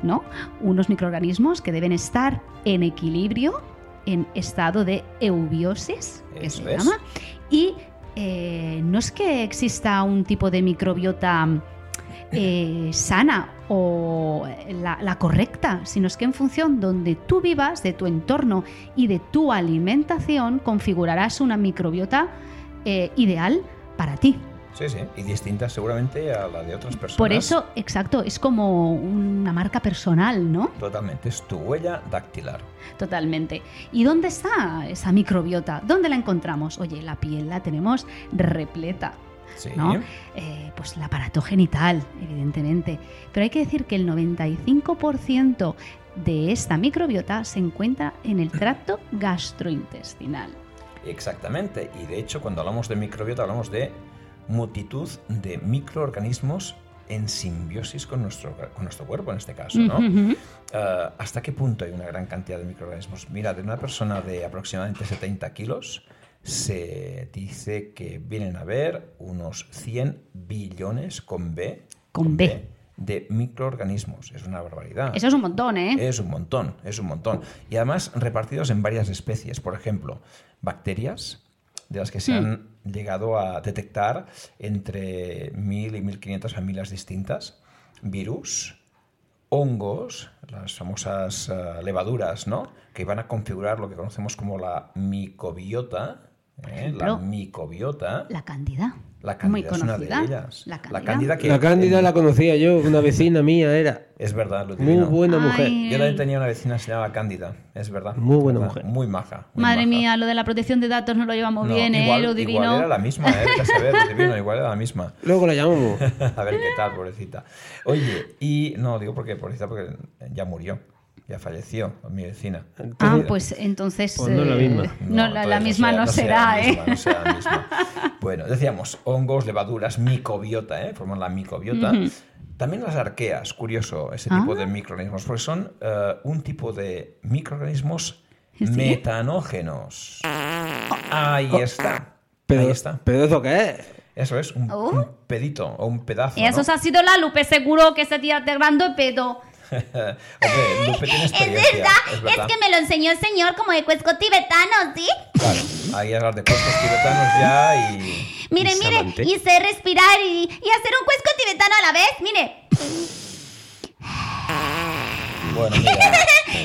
D: ¿no? Unos microorganismos que deben estar en equilibrio, en estado de eubiosis, que
B: Eso
D: se
B: es.
D: llama, y eh, no es que exista un tipo de microbiota eh, sana o la, la correcta, sino es que en función donde tú vivas, de tu entorno y de tu alimentación, configurarás una microbiota eh, ideal para ti.
B: Sí, sí. Y distinta seguramente a la de otras personas.
D: Por eso, exacto, es como una marca personal, ¿no?
B: Totalmente. Es tu huella dactilar.
D: Totalmente. ¿Y dónde está esa microbiota? ¿Dónde la encontramos? Oye, la piel la tenemos repleta.
B: Sí.
D: ¿no? Eh, pues el aparato genital, evidentemente. Pero hay que decir que el 95% de esta microbiota se encuentra en el tracto gastrointestinal.
B: Exactamente. Y de hecho, cuando hablamos de microbiota, hablamos de multitud de microorganismos en simbiosis con nuestro, con nuestro cuerpo, en este caso, ¿no?
D: Ujú.
B: Eh, ¿Hasta qué punto hay una gran cantidad de microorganismos? Mira, de una persona de aproximadamente 70 kilos, se dice que vienen a haber unos 100 billones con B.
D: Con B.
B: de microorganismos. Es una barbaridad.
D: Eso es un montón, ¿eh?
B: Es un montón, es un montón. Y además repartidos en varias especies. Por ejemplo, bacterias, de las que se han
D: Hmm.
B: llegado a detectar entre 1.000 y 1.500 familias distintas. Virus, hongos, las famosas eh, levaduras, ¿no? Que van a configurar lo que conocemos como la micobiota. ¿eh? La
D: ejemplo,
B: micobiota.
D: La cándida.
B: La cándida
D: Muy
B: es una de
D: conocida.
B: ellas.
D: La cándida.
B: que
F: La Cándida
B: en-
F: la conocía yo, una vecina mía era.
B: es verdad, lo
F: Muy
B: divino.
F: buena
D: Ay.
F: mujer.
B: Yo también tenía una vecina que se llamaba Cándida, es verdad.
F: Muy buena
B: ¿Verdad?
F: mujer.
B: Muy maja. muy
D: Madre
B: maja.
D: mía, lo de la protección de datos no lo llevamos
B: No,
D: bien,
B: igual,
D: ¿eh? Lo
B: igual
D: divino.
B: era la misma, ¿eh? Vete a saber, lo divino, igual era la misma.
F: Luego la llamamos.
B: A ver qué tal, pobrecita. Oye, y no, digo porque pobrecita porque ya murió, ya falleció mi vecina.
D: Ah, pues entonces. eh,
F: Pues no es la misma.
D: no, la, la
B: entonces
D: misma
B: sea-
D: no, será,
B: la
D: ¿eh?
B: misma, no será la misma. Bueno, decíamos, hongos, levaduras, micobiota, ¿eh? forman la micobiota. También las arqueas, curioso, ese
D: Ah.
B: tipo de microorganismos, porque son eh, un tipo de microorganismos metanógenos. Ahí
D: Oh.
B: está.
F: Pero,
B: Ahí está.
F: ¿Pero eso qué es?
B: Eso es un,
E: Oh.
B: un pedito o un pedazo.
D: Eso
B: ¿no?
D: ha sido la Lupe, seguro que ese día te grande pedo.
B: Hombre, Lupe tiene
E: Es
B: experiencia.
E: verdad,
B: es
E: es,
B: verdad.
E: que me lo enseñó el señor como de cuesco tibetano, ¿sí?
B: Claro, ahí hablar de cuerpos tibetanos ya y.
E: Mire,
B: y
E: mire,
B: Samantec.
E: y sé respirar y, y hacer un cuesco tibetano a la vez, mire.
B: Bueno, mira.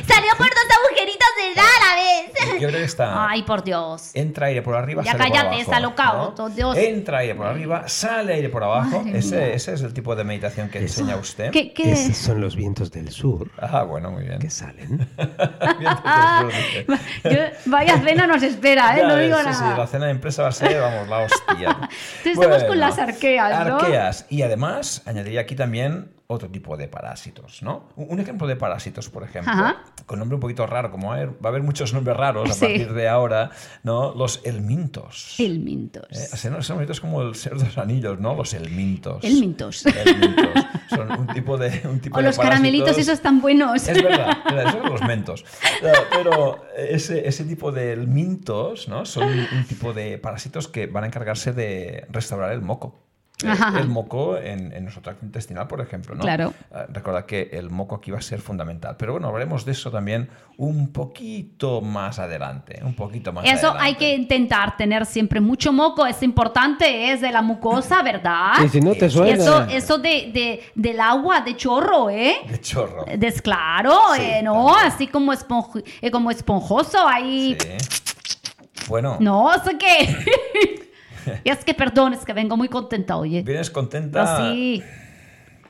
E: Salió por dos agujeritos, ¿verdad? A la vez.
B: Yo creo que está.
D: Ay, por Dios.
B: Entra aire por arriba,
D: Ya
B: sale por
D: cállate,
B: abajo.
D: está locao, todo Dios.
B: Entra aire por arriba, sale aire por abajo.
D: Madre
B: Ese,
D: mía.
B: ese es el tipo de meditación que enseña usted.
D: ¿Qué, qué?
F: Esos son los vientos del sur
B: Ah, bueno, muy bien.
F: que salen.
B: Bien, entonces, lo dije.
D: Ah, Yo- vaya cena nos espera, ¿eh?
B: Ya
D: no
B: ves,
D: digo
B: sí, sí,
D: nada.
B: la cena de empresa va a ser, vamos, la hostia.
D: Entonces estamos con las arqueas, ¿no?
B: Arqueas. Y además, añadiría aquí también otro tipo de parásitos, ¿no? Un un ejemplo de parásitos, por ejemplo,
D: Ajá.
B: con nombre un poquito raro, como va a haber, va a haber muchos nombres raros a
D: Sí.
B: partir de ahora, ¿no? Los elmintos.
D: Elmintos.
B: Eh, se- no, son bonitos como el Señor de los Anillos, ¿no? Los elmintos.
D: Elmintos.
B: Elmintos. Son un tipo de. Un tipo
D: O
B: de
D: los
B: parásitos.
D: caramelitos esos tan buenos.
B: Es verdad, es verdad, esos son los mentos. Eh, Pero ese, ese tipo de elmintos, ¿no? Son un tipo de parásitos que van a encargarse de restaurar el moco. Eh,
D: Ajá.
B: El moco en, en nuestro tracto intestinal, por ejemplo. ¿no?
D: Claro.
B: Eh, Recordad que el moco aquí va a ser fundamental. Pero bueno, hablaremos de eso también un poquito más adelante. Un poquito más
D: Eso
B: adelante.
D: hay que intentar tener siempre mucho moco, es importante, ¿eh? es de la mucosa, ¿verdad?
F: Y si no te
D: Ah, Y
F: suena.
D: eso, eso de, de- del agua de chorro, ¿eh?
B: De chorro.
D: Desclaro,
B: Sí,
D: eh, ¿no?
B: también.
D: Así como, esponj- eh, como esponjoso ahí.
B: Sí. Bueno,
D: No, sé qué. y es que perdón, es que vengo muy contenta, oye.
B: vienes contenta.
D: Así.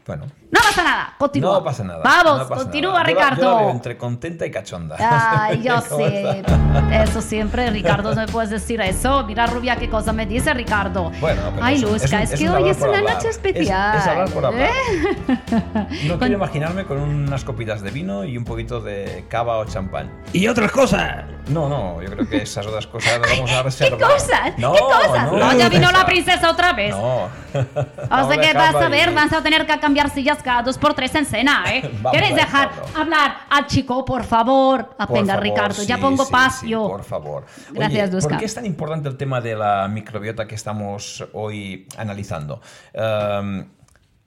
B: Bueno,
D: No pasa nada, Ah, continúa.
B: no pasa nada.
D: Vamos,
B: no pasa
D: continúa,
B: nada. Yo la-
D: Ricardo.
B: Yo la veo entre contenta y cachonda.
D: Ay, yo
B: ¿Cómo
D: sé.
B: está?
D: Eso siempre, Ricardo, no me puedes decir eso. Mira, Rubia, qué cosa me dice Ricardo.
B: Bueno, pero
D: Ay,
B: es un-
D: Luzca,
B: es
D: es,
B: un- es
D: que
B: un
D: hoy
B: hablar
D: es
B: por
D: una
B: hablar.
D: noche
B: Es- es
D: especial.
B: hablar por hablar.
D: ¿eh?
B: No quiero imaginarme con unas copitas de vino y un poquito de cava o champán.
F: ¡Y otras cosas!
B: No, no, yo creo que esas otras cosas las vamos a
D: ¿Qué
B: reservar.
D: cosas?
B: No,
D: ¿Qué cosas?
B: No,
D: No, ya vino
B: princesa.
D: la princesa otra vez.
B: No.
D: O sea que vas a ver, vas a tener que cambiar
A: gracias
D: sillas
A: cada dos por tres en cena, ¿eh?
B: Vamos
A: ¿Queréis
B: a
A: dejar
B: dejarlo.
A: hablar al chico, por favor? Ah,
B: Por
A: Venga,
B: favor,
A: Ricardo,
B: sí,
A: ya pongo
B: sí,
A: paz
B: sí,
A: yo.
B: por favor.
A: Gracias,
B: Oye,
A: Duska.
B: ¿Por qué es tan importante el tema de la microbiota que estamos hoy analizando? Em,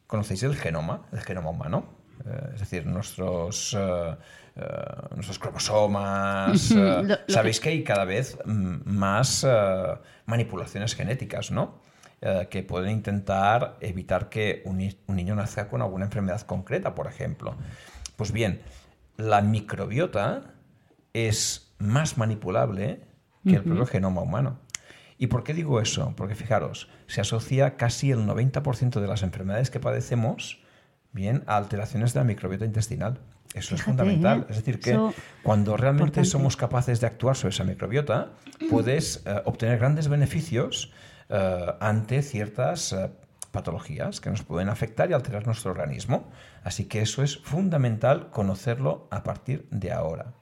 B: ¿Conocéis el genoma, el genoma humano? Eh, es decir, nuestros, eh, eh, nuestros cromosomas.
D: Ujú,
B: eh,
D: lo- lo-
B: Sabéis que hay cada vez mm, más eh, manipulaciones genéticas, ¿no? Eh, que pueden intentar evitar que un, ni- un niño nazca con alguna enfermedad concreta, por ejemplo. Pues bien, la microbiota es más manipulable que el propio genoma humano. ¿Y por qué digo eso? Porque fijaros, se asocia casi el 90% de las enfermedades que padecemos bien a alteraciones de la microbiota intestinal. Eso es
D: Fíjate,
B: fundamental.
D: ¿eh?
B: Es decir, que
D: Eso-
B: cuando realmente
D: Importante.
B: somos capaces de actuar sobre esa microbiota, puedes eh, obtener grandes beneficios eh, ante ciertas eh, patologías que nos pueden afectar y alterar nuestro organismo. Así que eso es fundamental conocerlo a partir de ahora.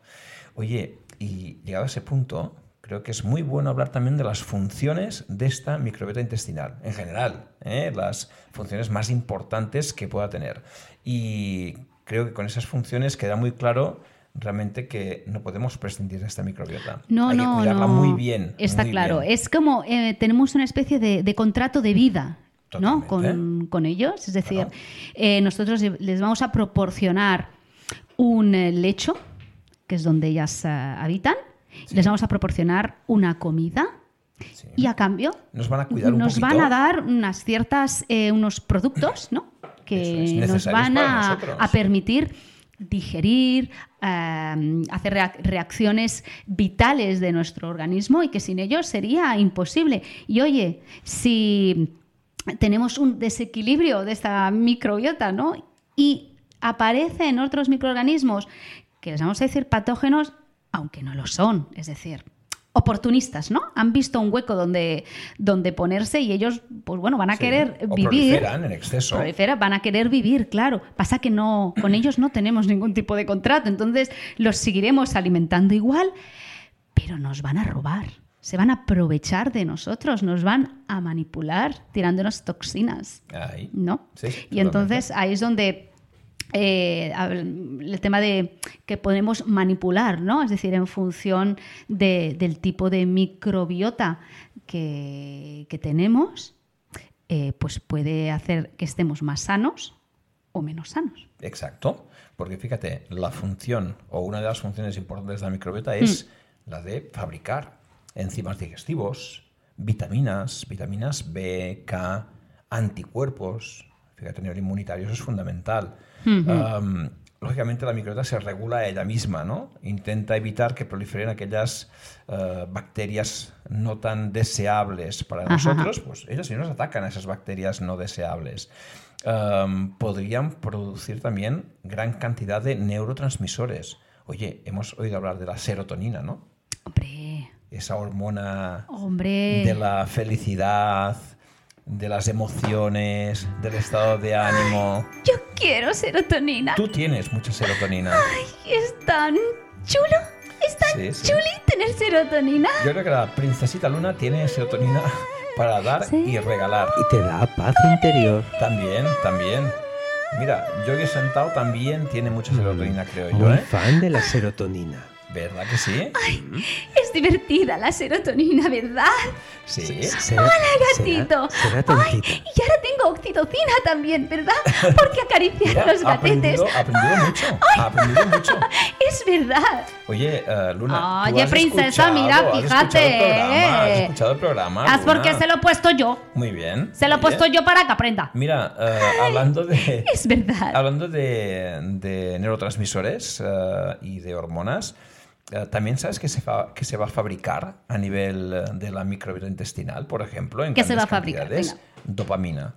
B: Oye, y llegado a ese punto, creo que es muy bueno hablar también de las funciones de esta microbiota intestinal, en general, ¿eh? las funciones más importantes que pueda tener. Y creo que con esas funciones queda muy claro realmente que no podemos prescindir de esta microbiota.
D: No,
B: Hay
D: no,
B: que cuidarla
D: no.
B: muy bien.
D: Está
B: muy
D: claro.
B: bien.
D: Es como eh, tenemos una especie de, de contrato de vida. ¿no?
B: Totalmente.
D: Con, con ellos. Es decir,
B: Claro.
D: eh, nosotros les vamos a proporcionar un eh, lecho, que es donde ellas eh, habitan, les vamos a proporcionar una comida
B: Sí.
D: y a cambio
B: Nos van a cuidar un
D: nos
B: poquito.
D: van a dar unas ciertas, eh, unos productos, ¿no? Que
B: Eso es,
D: nos
B: necesarios
D: van
B: para
D: a,
B: nosotros.
D: a permitir digerir, eh, hacer reac- reacciones vitales de nuestro organismo y que sin ellos sería imposible. Y oye, si tenemos un desequilibrio de esta microbiota, ¿no? Y aparecen otros microorganismos que les vamos a decir patógenos, aunque no lo son, es decir, oportunistas, ¿no? Han visto un hueco donde, donde ponerse y ellos, pues bueno, van a
B: Sí.
D: querer
B: O
D: vivir.
B: proliferan en exceso.
D: Prolifera, van a querer vivir, claro. Pasa que no, con ellos no tenemos ningún tipo de contrato, entonces los seguiremos alimentando igual, pero nos van a robar, se van a aprovechar de nosotros, nos van a manipular tirándonos toxinas,
B: Ahí.
D: ¿no?
B: Sí,
D: y
B: totalmente.
D: entonces ahí es donde eh, habl- el tema de que podemos manipular, ¿no? Es decir, en función de- del tipo de microbiota que, que tenemos, eh, pues puede hacer que estemos más sanos o menos sanos.
B: Exacto, porque fíjate, la función o una de las funciones importantes de la microbiota
D: Hmm.
B: es la de fabricar enzimas digestivos, vitaminas, vitaminas B, K, anticuerpos. Fíjate, a nivel inmunitario eso es fundamental. Am, lógicamente la microbiota se regula ella misma, ¿no? Intenta evitar que proliferen aquellas eh, bacterias no tan deseables para
D: Ajá, ajá.
B: nosotros, pues ellos sí nos atacan a esas bacterias no deseables. Am, podrían producir también gran cantidad de neurotransmisores. Oye, hemos oído hablar de la serotonina, ¿no?
D: Hombre,
B: Esa hormona
D: hombre.
B: de la felicidad, de las emociones, del estado de ánimo.
D: Yo quiero serotonina.
B: Tú tienes mucha serotonina.
D: Y Es tan chulo, es tan
B: Sí, sí.
D: chuli tener serotonina.
B: Yo creo que la princesita Luna tiene serotonina para dar y regalar.
F: Y te da paz interior.
B: También, también. Mira, Yogi Sentao también tiene mucha serotonina, creo yo,
F: Muy
B: ¿eh?
F: fan de la serotonina.
B: ¿Verdad que sí?
D: Es divertida la serotonina, ¿verdad?
C: ¿Eh?
B: Sí.
F: Será-
D: gatito.
F: Será, será
D: Ay,
F: tontita.
D: y ahora tengo oxitocina también, ¿verdad? Porque acariciar
B: Mira,
D: a los
B: ha
D: gatetes.
B: aprendido, ha aprendido mucho. Ha aprendido mucho.
D: Es verdad.
B: Oye, eh, Luna. ¿tú
D: Oye,
B: has
D: princesa,
B: escuchado-
D: mira,
B: has escuchado el
D: fíjate,
B: programa? Has
D: eh.
B: escuchado el programa.
D: Es porque
B: Luna?
D: se lo he puesto yo.
B: Muy bien.
D: Se lo he
B: muy
D: puesto
B: bien.
D: yo para que aprenda.
B: Mira, eh, hablando de.
D: Es verdad.
B: Hablando de, de neurotransmisores eh, y de hormonas, eh, también sabes que se, fa- que se va a fabricar a nivel eh, de la microbiota intestinal, por ejemplo, en
D: ¿Qué se
B: grandes
D: va a fabricar?
B: cantidades, dopamina.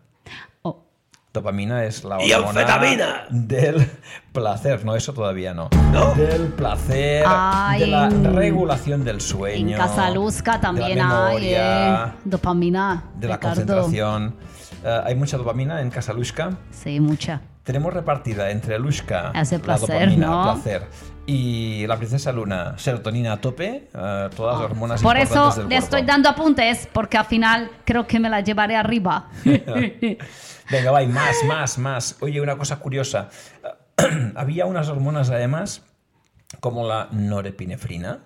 D: Oh,
B: Dopamina es la hormona del placer, no, eso todavía no. Del placer,
D: Ay,
B: de la
D: en-
B: regulación del
D: en
B: sueño.
D: casa Luzca
B: de
D: también
B: la
D: hay
B: memoria,
D: eh, dopamina.
B: de la
D: Ricardo.
B: concentración. Eh, hay mucha dopamina en Casa Luzca.
D: Sí, mucha.
B: tenemos repartida entre Alushka,
D: Hace placer,
B: la dopamina,
D: ¿no?
B: placer, y la princesa Luna, serotonina a tope, eh, todas las hormonas
D: Ah. Por
B: importantes
D: eso
B: del
D: le estoy
B: cuerpo.
D: dando apuntes, porque al final creo que me la llevaré arriba.
B: Venga, va, y más, más, más. Oye, una cosa curiosa. Había unas hormonas además, como la norepinefrina,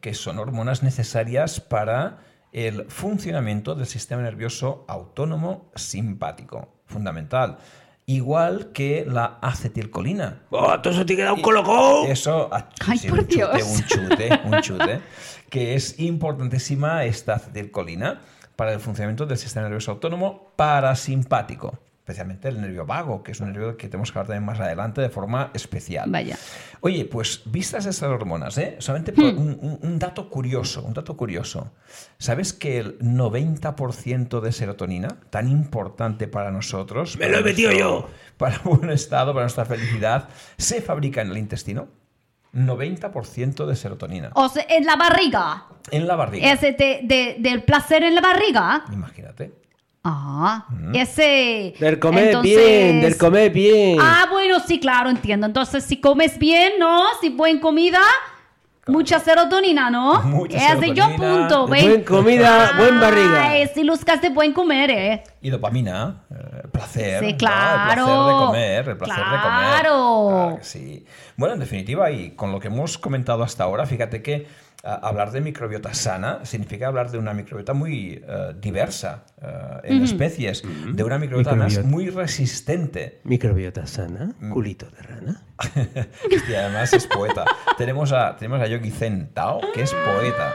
B: que son hormonas necesarias para el funcionamiento del sistema nervioso autónomo simpático, fundamental. Igual que la acetilcolina,
C: ¡Oh, todo eso te queda un colocó!
B: Eso, ah,
D: Ay, por
B: un chute,
D: Dios.
B: un chute, un chute. que es importantísima esta acetilcolina para el funcionamiento del sistema nervioso autónomo parasimpático, especialmente el nervio vago, que es un nervio que tenemos que hablar también más adelante de forma especial.
D: Vaya.
B: Oye, pues vistas estas hormonas, ¿eh? solamente por
C: Hmm.
B: un, un- un dato curioso, un dato curioso. ¿Sabes que el 90% de serotonina, tan importante para nosotros,
C: Me lo he
B: para
C: metido
B: nuestro-
C: yo.
B: para buen estado, para nuestra felicidad, se fabrica en el intestino. 90% de serotonina.
C: Oh.
D: O sea, en la barriga.
B: En la barriga.
D: Ese de- de- del placer en la barriga.
B: Imagínate.
D: Ah, ese.
F: Del comer
D: entonces-
F: bien, del comer bien.
D: Ah, bueno, sí, claro, entiendo. Entonces, si comes bien, ¿no? Si buen comida, mucha serotonina, ¿no?
B: Mucha
D: Ese yo
B: serotonina,
D: punto,
F: Buen
D: ¿veis?
F: comida,
D: Ah,
F: buen barriga.
D: Ay, si luzcas de buen comer, ¿eh?
B: Y dopamina, eh, el placer.
D: Sí,
B: ¿no?
D: claro.
B: El placer de comer, el placer de comer.
D: Claro.
B: que sí. Bueno, en definitiva, y con lo que hemos comentado hasta ahora, fíjate que ah, hablar de microbiota sana significa hablar de una microbiota muy eh, diversa eh, en especies, de una microbiota, además
F: Microbiota.
B: muy resistente.
F: Microbiota sana,
B: Mm.
F: culito de rana.
B: Y este además es poeta. tenemos, a, tenemos a Yogi Zen Tao, que es poeta.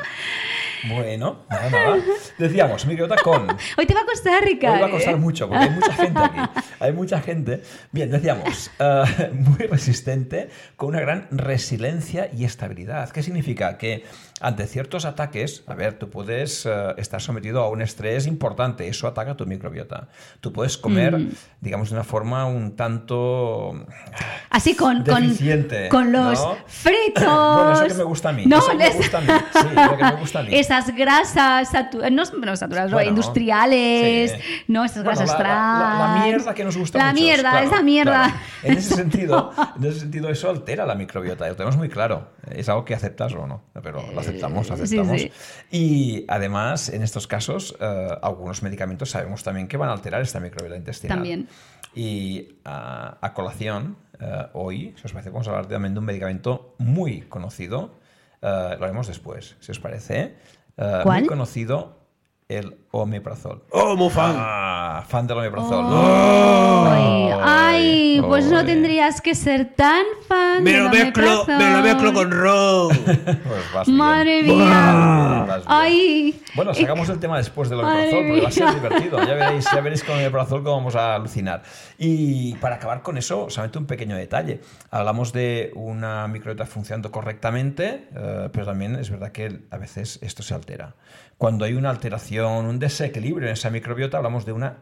B: Bueno, nada, nada. Decíamos, microbiota con
D: Hoy te va a costar, Ricardo. ¿eh?
B: Hoy va a costar mucho, porque hay mucha gente aquí. Hay mucha gente. Bien, decíamos, eh, muy resistente, con una gran resiliencia y estabilidad. ¿Qué significa? Que ante ciertos ataques, a ver, tú puedes eh, estar sometido a un estrés importante, eso ataca tu microbiota. Tú puedes comer, digamos, de una forma un tanto...
D: Así con, con,
B: Deficiente,
D: con los
B: ¿no?
D: fritos.
B: Bueno, eso que me gusta a mí,
D: No,
B: eso que me
D: les-
B: gusta a mí, sí, lo que me gusta a mí.
D: Esas grasas satu- no, no saturadas, no,
B: Bueno,
D: industriales,
B: sí.
D: Pues, no, esas
B: Bueno,
D: grasas
B: la, la- la- la
D: trans.
B: mierda que nos gusta
D: La
B: a muchos,
D: mierda,
B: claro,
D: esa mierda.
B: claro. En ese sentido, en ese sentido, eso altera la microbiota, lo tenemos muy claro. Es algo que aceptas o no, pero lo aceptamos, lo
D: Eh, sí,
B: aceptamos.
D: sí.
B: Y además, en estos casos, eh, algunos medicamentos sabemos también que van a alterar esta microbiota intestinal.
D: También.
B: Y a, a colación, eh, hoy, si os parece, vamos a hablar también de un medicamento muy conocido. Eh, lo haremos después, si os parece. ¿eh? Eh,
D: ¿Cuál?
B: Muy conocido, el omeprazol.
C: ¡Oh, mufán!
B: Ah, fan del omeprazol.
D: Oh.
C: ¡Oh!
D: Ay, ay, pues no
B: Oy.
D: tendrías que ser tan fan.
C: Me
D: del
C: lo mezclo,
D: omeprazol.
C: me lo mezclo con ron.
B: Pues vas bien.
D: Madre mía.
B: Vas bien.
D: Ay.
B: Bueno, sacamos el tema después del
D: Madre
B: omeprazol, porque va a ser
D: mía.
B: divertido. Ya veréis, ya veréis con el omeprazol cómo vamos a alucinar. Y para acabar con eso, solamente un pequeño detalle. Hablamos de una microbiota funcionando correctamente, eh, pero también es verdad que a veces esto se altera. Cuando hay una alteración, un desequilibrio en esa microbiota, hablamos de una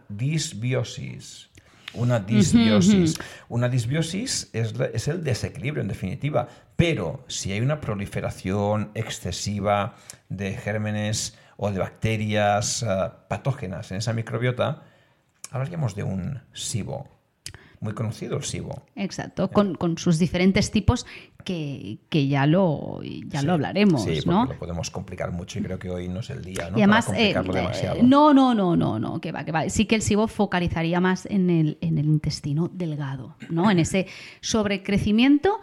B: disbiosis. Una disbiosis. Una disbiosis es, la- es el desequilibrio, en definitiva. Pero si hay una proliferación excesiva de gérmenes o de bacterias eh, patógenas en esa microbiota, hablaríamos de un SIBO. Muy conocido el SIBO.
D: Exacto, con, con sus diferentes tipos que, que ya lo, ya
B: Sí.
D: lo hablaremos,
B: Sí, porque
D: ¿no?
B: lo podemos complicar mucho y creo que hoy no es el día, ¿no?
D: Y además,
B: Para
D: eh,
B: complicarlo demasiado.
D: eh, no, no, no, no, no, que va, que va. Sí que el SIBO focalizaría más en el, en el intestino delgado, ¿no? En ese sobrecrecimiento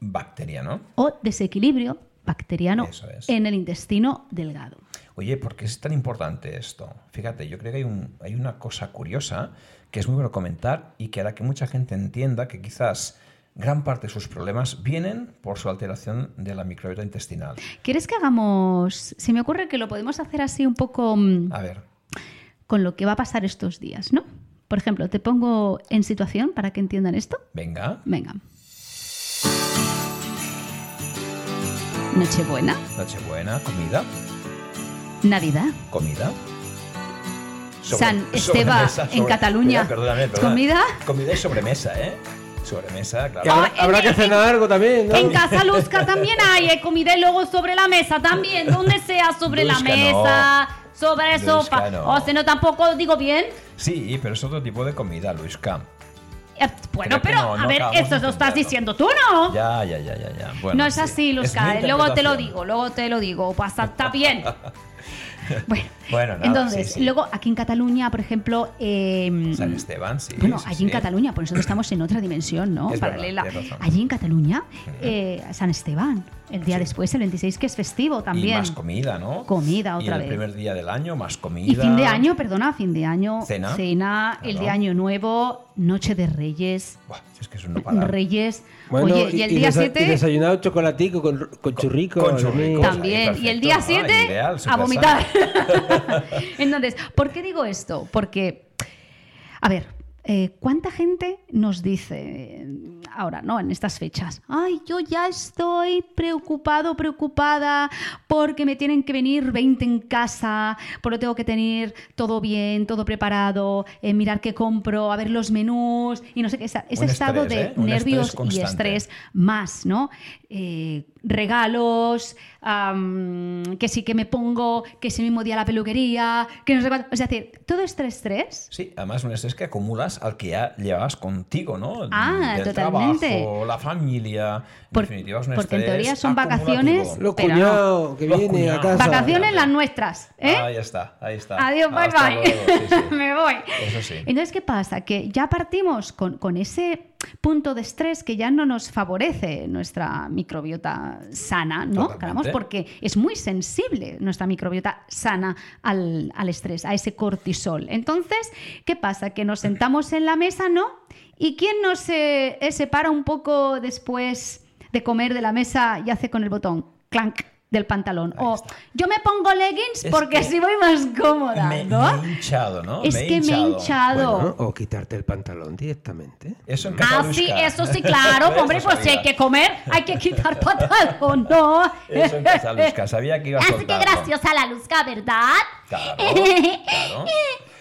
B: Bacteria, ¿no?
D: o desequilibrio bacteriano
B: Eso es.
D: en el intestino delgado.
B: Oye, ¿por qué es tan importante esto? Fíjate, yo creo que hay, un- hay una cosa curiosa que es muy bueno comentar y que hará que mucha gente entienda que quizás gran parte de sus problemas vienen por su alteración de la microbiota intestinal.
D: ¿Quieres que hagamos? Se me ocurre que lo podemos hacer así un poco mm,
B: A ver,
D: con lo que va a pasar estos días, ¿no? Por ejemplo, te pongo en situación para que entiendan esto.
B: venga,
D: Venga. Nochebuena,
B: Nochebuena, comida,
D: Navidad,
B: comida.
D: San Esteban
B: sobremesa,
D: en
B: sobre-
D: Cataluña.
B: Perdóname, perdóname.
D: Comida.
B: Comida y sobremesa, ¿eh? Sobremesa,
F: Que
B: claro.
F: habrá,
D: Oh,
F: habrá que cenar algo también, ¿no?
D: En Casa Luzca también hay eh, comida y luego sobre la mesa también, donde sea, sobre la
B: Luzca no.
D: mesa, sobre
B: Luzca
D: sopa.
B: no.
D: O sea, no tampoco digo bien.
B: Sí, pero es otro tipo de comida, Luisca.
D: Eh,
B: Creo
D: Bueno,
B: que
D: pero
B: no, no
D: a ver,
B: acabamos
D: esto
B: de
D: lo estás
B: entenderlo.
D: diciendo tú, ¿no?
B: Ya, ya, ya, ya, ya. Bueno,
D: no es
B: sí.
D: así, Luzca.
B: mi
D: eh, Luego te lo
B: interpretación.
D: digo, luego te lo digo. Pasa, está bien. Bueno,
B: Bueno, nada,
D: entonces,
B: sí, sí.
D: luego aquí en Cataluña, por ejemplo. eh,
B: San Esteban, sí.
D: bueno,
B: sí,
D: allí
B: sí.
D: en Cataluña, pues nosotros estamos en otra dimensión, ¿no?
B: Es verdad,
D: Paralela.
B: tienes razón.
D: allí en Cataluña, eh, San Esteban, el día después, el 26, que es festivo también.
B: Y más comida, ¿no?
D: Comida
B: y
D: otra
B: el
D: vez.
B: primer día del año, más comida.
D: Y fin de año, perdona, fin de año.
B: Cena.
D: el
B: Claro.
D: de Año Nuevo, Noche de Reyes,
B: Buah, es que es un no parar.
D: Reyes.
F: Bueno,
D: Oye, y el
F: y
D: día
F: desa- y
D: 7
F: desayunado chocolatico con, con churrico.
B: con
F: al
B: churrico.
F: mes.
D: también.
B: Ahí,
D: y el
B: perfecto,
D: día
B: ¿no?
D: 7
B: Ideal,
D: a
B: súper
D: vomitar. Entonces, ¿por qué digo esto? Porque, a ver, eh, ¿cuánta gente nos dice eh, ahora, ¿no? En estas fechas, ay, yo ya estoy preocupado, preocupada, porque me tienen que venir 20 en casa, porque tengo que tener todo bien, todo preparado, eh, mirar qué compro, a ver los menús, y no sé qué, esa- ese
B: Un
D: estado
B: estrés, ¿eh?
D: de
B: Un estrés
D: nervios y
B: constante.
D: estrés más, ¿no? Eh, regalos, am, que sí que me pongo, que ese mismo día la peluquería, que no sé cuánto. Es decir, todo este estrés.
B: Sí, además un estrés que acumulas al que ya llevas contigo, ¿no?
D: Ah,
B: Del
D: totalmente.
B: trabajo, la familia. En
D: Por-
B: definitiva, es un
D: porque en
B: estrés
D: teoría son
B: acumulativo.
D: vacaciones.
F: Los
D: Pero
F: cuñados que
B: Los
F: viene a
B: cuñados.
F: casa.
D: Vacaciones las nuestras, ¿eh?
B: Ahí está, ahí está.
D: Adiós, bye
B: Hasta
D: bye.
B: luego, sí, sí.
D: Me voy.
B: Eso sí.
D: Entonces, ¿qué pasa? Que ya partimos con, con ese punto de estrés que ya no nos favorece nuestra microbiota sana, ¿no?
B: Totalmente.
D: Caramos, porque es muy sensible nuestra microbiota sana al, al estrés, a ese cortisol. Entonces, ¿qué pasa? Que nos sentamos en la mesa, ¿no? ¿Y quién nos se separa un poco después de comer de la mesa y hace con el botón clank del pantalón?
B: Ahí
D: o
B: está.
D: yo me pongo leggings
B: Es
D: porque
B: que-
D: así voy más cómoda,
B: Me,
D: ¿no?
B: me he hinchado, ¿no?
D: Es que me he hinchado.
F: Bueno, o quitarte el pantalón directamente.
B: Eso en
D: Ah,
B: Cataluña.
D: sí, eso sí, claro,
B: Eso
D: hombre, pues si hay
B: sabía.
D: que comer, hay que quitar pantalón, ¿no?
B: Eso en Cataluña, sabía que iba a
E: Así que
B: soltarlo.
E: graciosa la Luzca, ¿verdad?
B: Claro, claro.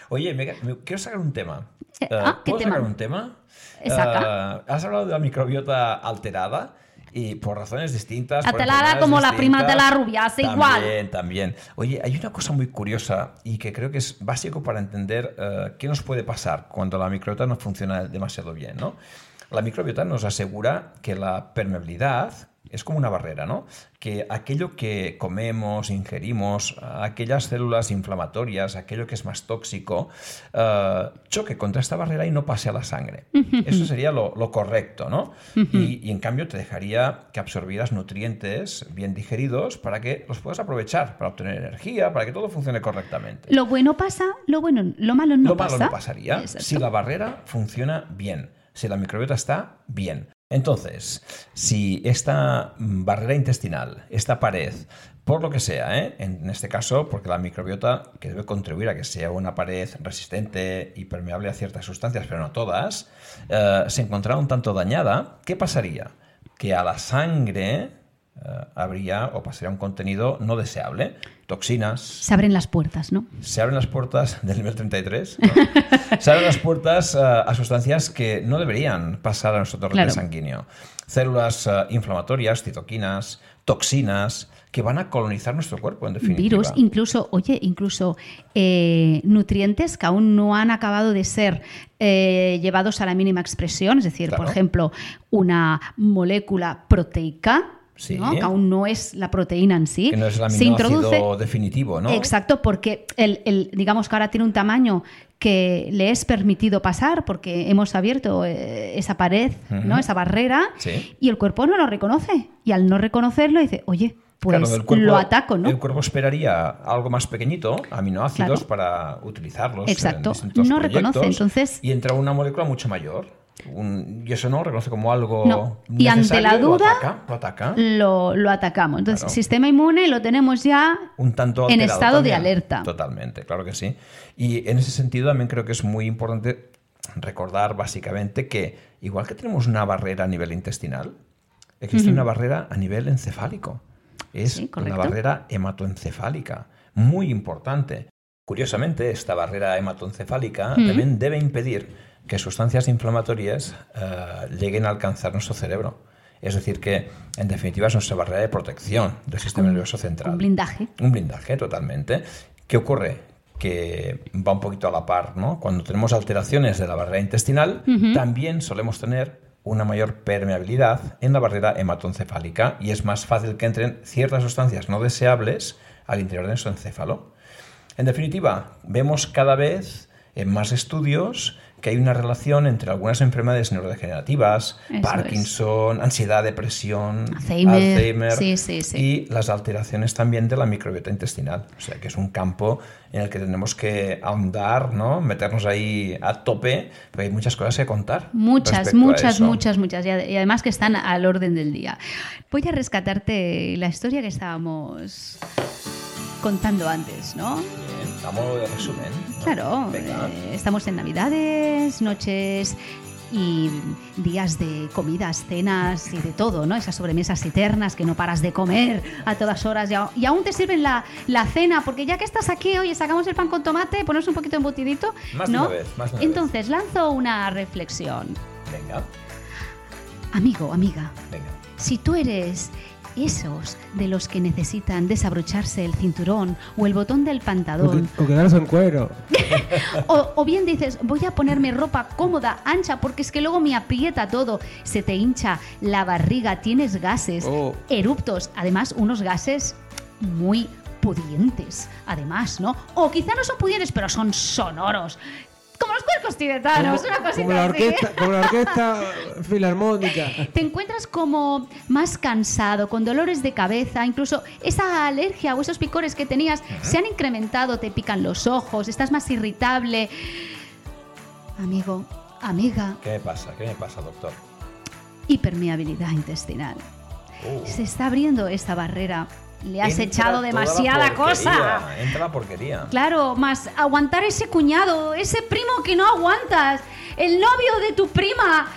B: Oye, me, me- quiero sacar un tema.
D: Eh,
B: Eh,
D: ah, ¿qué
B: ¿Puedo
D: tema?
B: sacar un tema?
D: Eh, saca.
B: Eh, has hablado de la microbiota alterada y por razones distintas. por
D: Alterada
B: enfermedades
D: como la prima
B: distintas.
D: de la rubiasa, igual.
B: También, también. Oye, hay una cosa muy curiosa y que creo que es básico para entender eh, qué nos puede pasar cuando la microbiota no funciona demasiado bien, ¿no? La microbiota nos asegura que la permeabilidad es como una barrera, ¿no? Que aquello que comemos, ingerimos, aquellas células inflamatorias, aquello que es más tóxico, eh, choque contra esta barrera y no pase a la sangre. Eso sería lo, lo correcto, ¿no? Y, y en cambio te dejaría que absorbieras nutrientes bien digeridos para que los puedas aprovechar, para obtener energía, para que todo funcione correctamente.
D: Lo bueno pasa, lo bueno, lo malo no
B: lo
D: pasa.
B: malo no pasaría
D: Exacto.
B: si la barrera funciona bien, si la microbiota está bien. Entonces, si esta mm, barrera intestinal, esta pared, por lo que sea, ¿eh? en este caso, porque la microbiota que debe contribuir a que sea una pared resistente y permeable a ciertas sustancias, pero no todas, eh, se encontraba un tanto dañada, ¿qué pasaría? Que a la sangre eh, habría o pasaría un contenido no deseable, toxinas,
D: Se abren las puertas, ¿no?
B: se abren las puertas del nivel 33. ¿no? se abren las puertas eh, a sustancias que no deberían pasar a nuestro torrente
D: Claro.
B: sanguíneo. Células eh, inflamatorias, citoquinas, toxinas, que van a colonizar nuestro cuerpo, en definitiva.
D: Virus, incluso, oye, incluso eh, nutrientes que aún no han acabado de ser eh, llevados a la mínima expresión, es decir, por
B: Claro.
D: ejemplo, una molécula proteica,
B: Sí.
D: ¿no? que aún no es la proteína en sí,
B: que no es el
D: se introduce
B: aminoácido definitivo, ¿no?
D: Exacto, porque el, el- digamos que ahora tiene un tamaño que le es permitido pasar porque hemos abierto eh, esa pared, ¿no?
B: Ujú.
D: esa barrera,
B: Sí.
D: y el cuerpo no lo reconoce. Y al no reconocerlo dice, oye, pues
B: Claro, el cuerpo-
D: lo ataco, ¿no?
B: El cuerpo esperaría algo más pequeñito, aminoácidos,
D: Claro.
B: para utilizarlos. en
D: Exacto.
B: distintos
D: No reconoce,
B: proyectos,
D: entonces-
B: Y entra una molécula mucho mayor. un- y eso no lo reconoce como algo.
D: No. Y ante la
B: necesario, lo
D: duda,
B: ataca, lo ataca.
D: Lo, lo atacamos. Entonces,
B: Claro.
D: sistema inmune lo tenemos ya
B: un tanto
D: En
B: alterado
D: estado de
B: también.
D: alerta.
B: Totalmente, claro que sí. Y en ese sentido también creo que es muy importante recordar básicamente que igual que tenemos una barrera a nivel intestinal, existe una barrera a nivel encefálico. Es
D: Sí,
B: una
D: correcto.
B: barrera hematoencefálica, muy importante. Curiosamente, esta barrera hematoencefálica también debe impedir que sustancias inflamatorias eh, lleguen a alcanzar nuestro cerebro. Es decir, que en definitiva es nuestra barrera de protección del sistema nervioso central
D: un blindaje.
B: un blindaje totalmente. ¿Qué ocurre? que va un poquito a la par, ¿no? Cuando tenemos alteraciones de la barrera intestinal, también solemos tener una mayor permeabilidad en la barrera hematoencefálica y es más fácil que entren ciertas sustancias no deseables al interior de nuestro encéfalo. En definitiva, vemos cada vez en más estudios que hay una relación entre algunas enfermedades neurodegenerativas,
D: Eso es.
B: Parkinson, ansiedad, depresión,
D: Alzheimer,
B: Alzheimer
D: sí, sí, sí.
B: y las alteraciones también de la microbiota intestinal. O sea que es un campo en el que tenemos que ahondar, ¿no? meternos ahí a tope, porque hay muchas cosas que contar.
D: Muchas,
B: respecto a
D: muchas,
B: eso.
D: muchas, muchas. Y ad- y además que están al orden del día. Voy a rescatarte la historia que estábamos contando antes, ¿no?
B: Bien, a modo de resumen. ¿no?
D: Claro,
B: Venga.
D: eh, estamos en Navidades, noches y días de comidas, cenas y de todo, ¿no? Esas sobremesas eternas que no paras de comer a todas horas y, a- y aún te sirven la, la cena, porque ya que estás aquí, oye, sacamos el pan con tomate, ponemos un poquito embutidito,
B: Más de
D: ¿no?
B: una vez, más de una
D: Entonces, lanzo una reflexión.
B: Venga,
D: Amigo, amiga,
B: venga.
D: si tú eres esos de los que necesitan desabrocharse el cinturón o el botón del
F: O,
D: pantalón,
F: que- o quedaros en cuero.
D: o, o bien dices, voy a ponerme ropa cómoda, ancha, porque es que luego me aprieta todo, se te hincha la barriga, tienes gases,
F: Oh.
D: eruptos, además unos gases muy pudientes, además, ¿no? O quizá no son pudientes, pero son sonoros. Como los cuercos tibetanos, una cosita
F: como la
D: así.
F: orquesta, como la orquesta filarmónica.
D: Te encuentras como más cansado, con dolores de cabeza, incluso esa alergia o esos picores que tenías se han incrementado, te pican los ojos, estás más irritable. Amigo, amiga,
B: ¿Qué me pasa? ¿Qué me pasa, doctor?
D: hipermeabilidad intestinal.
B: Uh,
D: Se está abriendo esta barrera. Le has
B: entra
D: echado
B: toda la
D: demasiada cosa.
B: porquería, Entra la porquería.
D: Claro, más aguantar ese cuñado, ese primo que no aguantas, el novio de tu prima.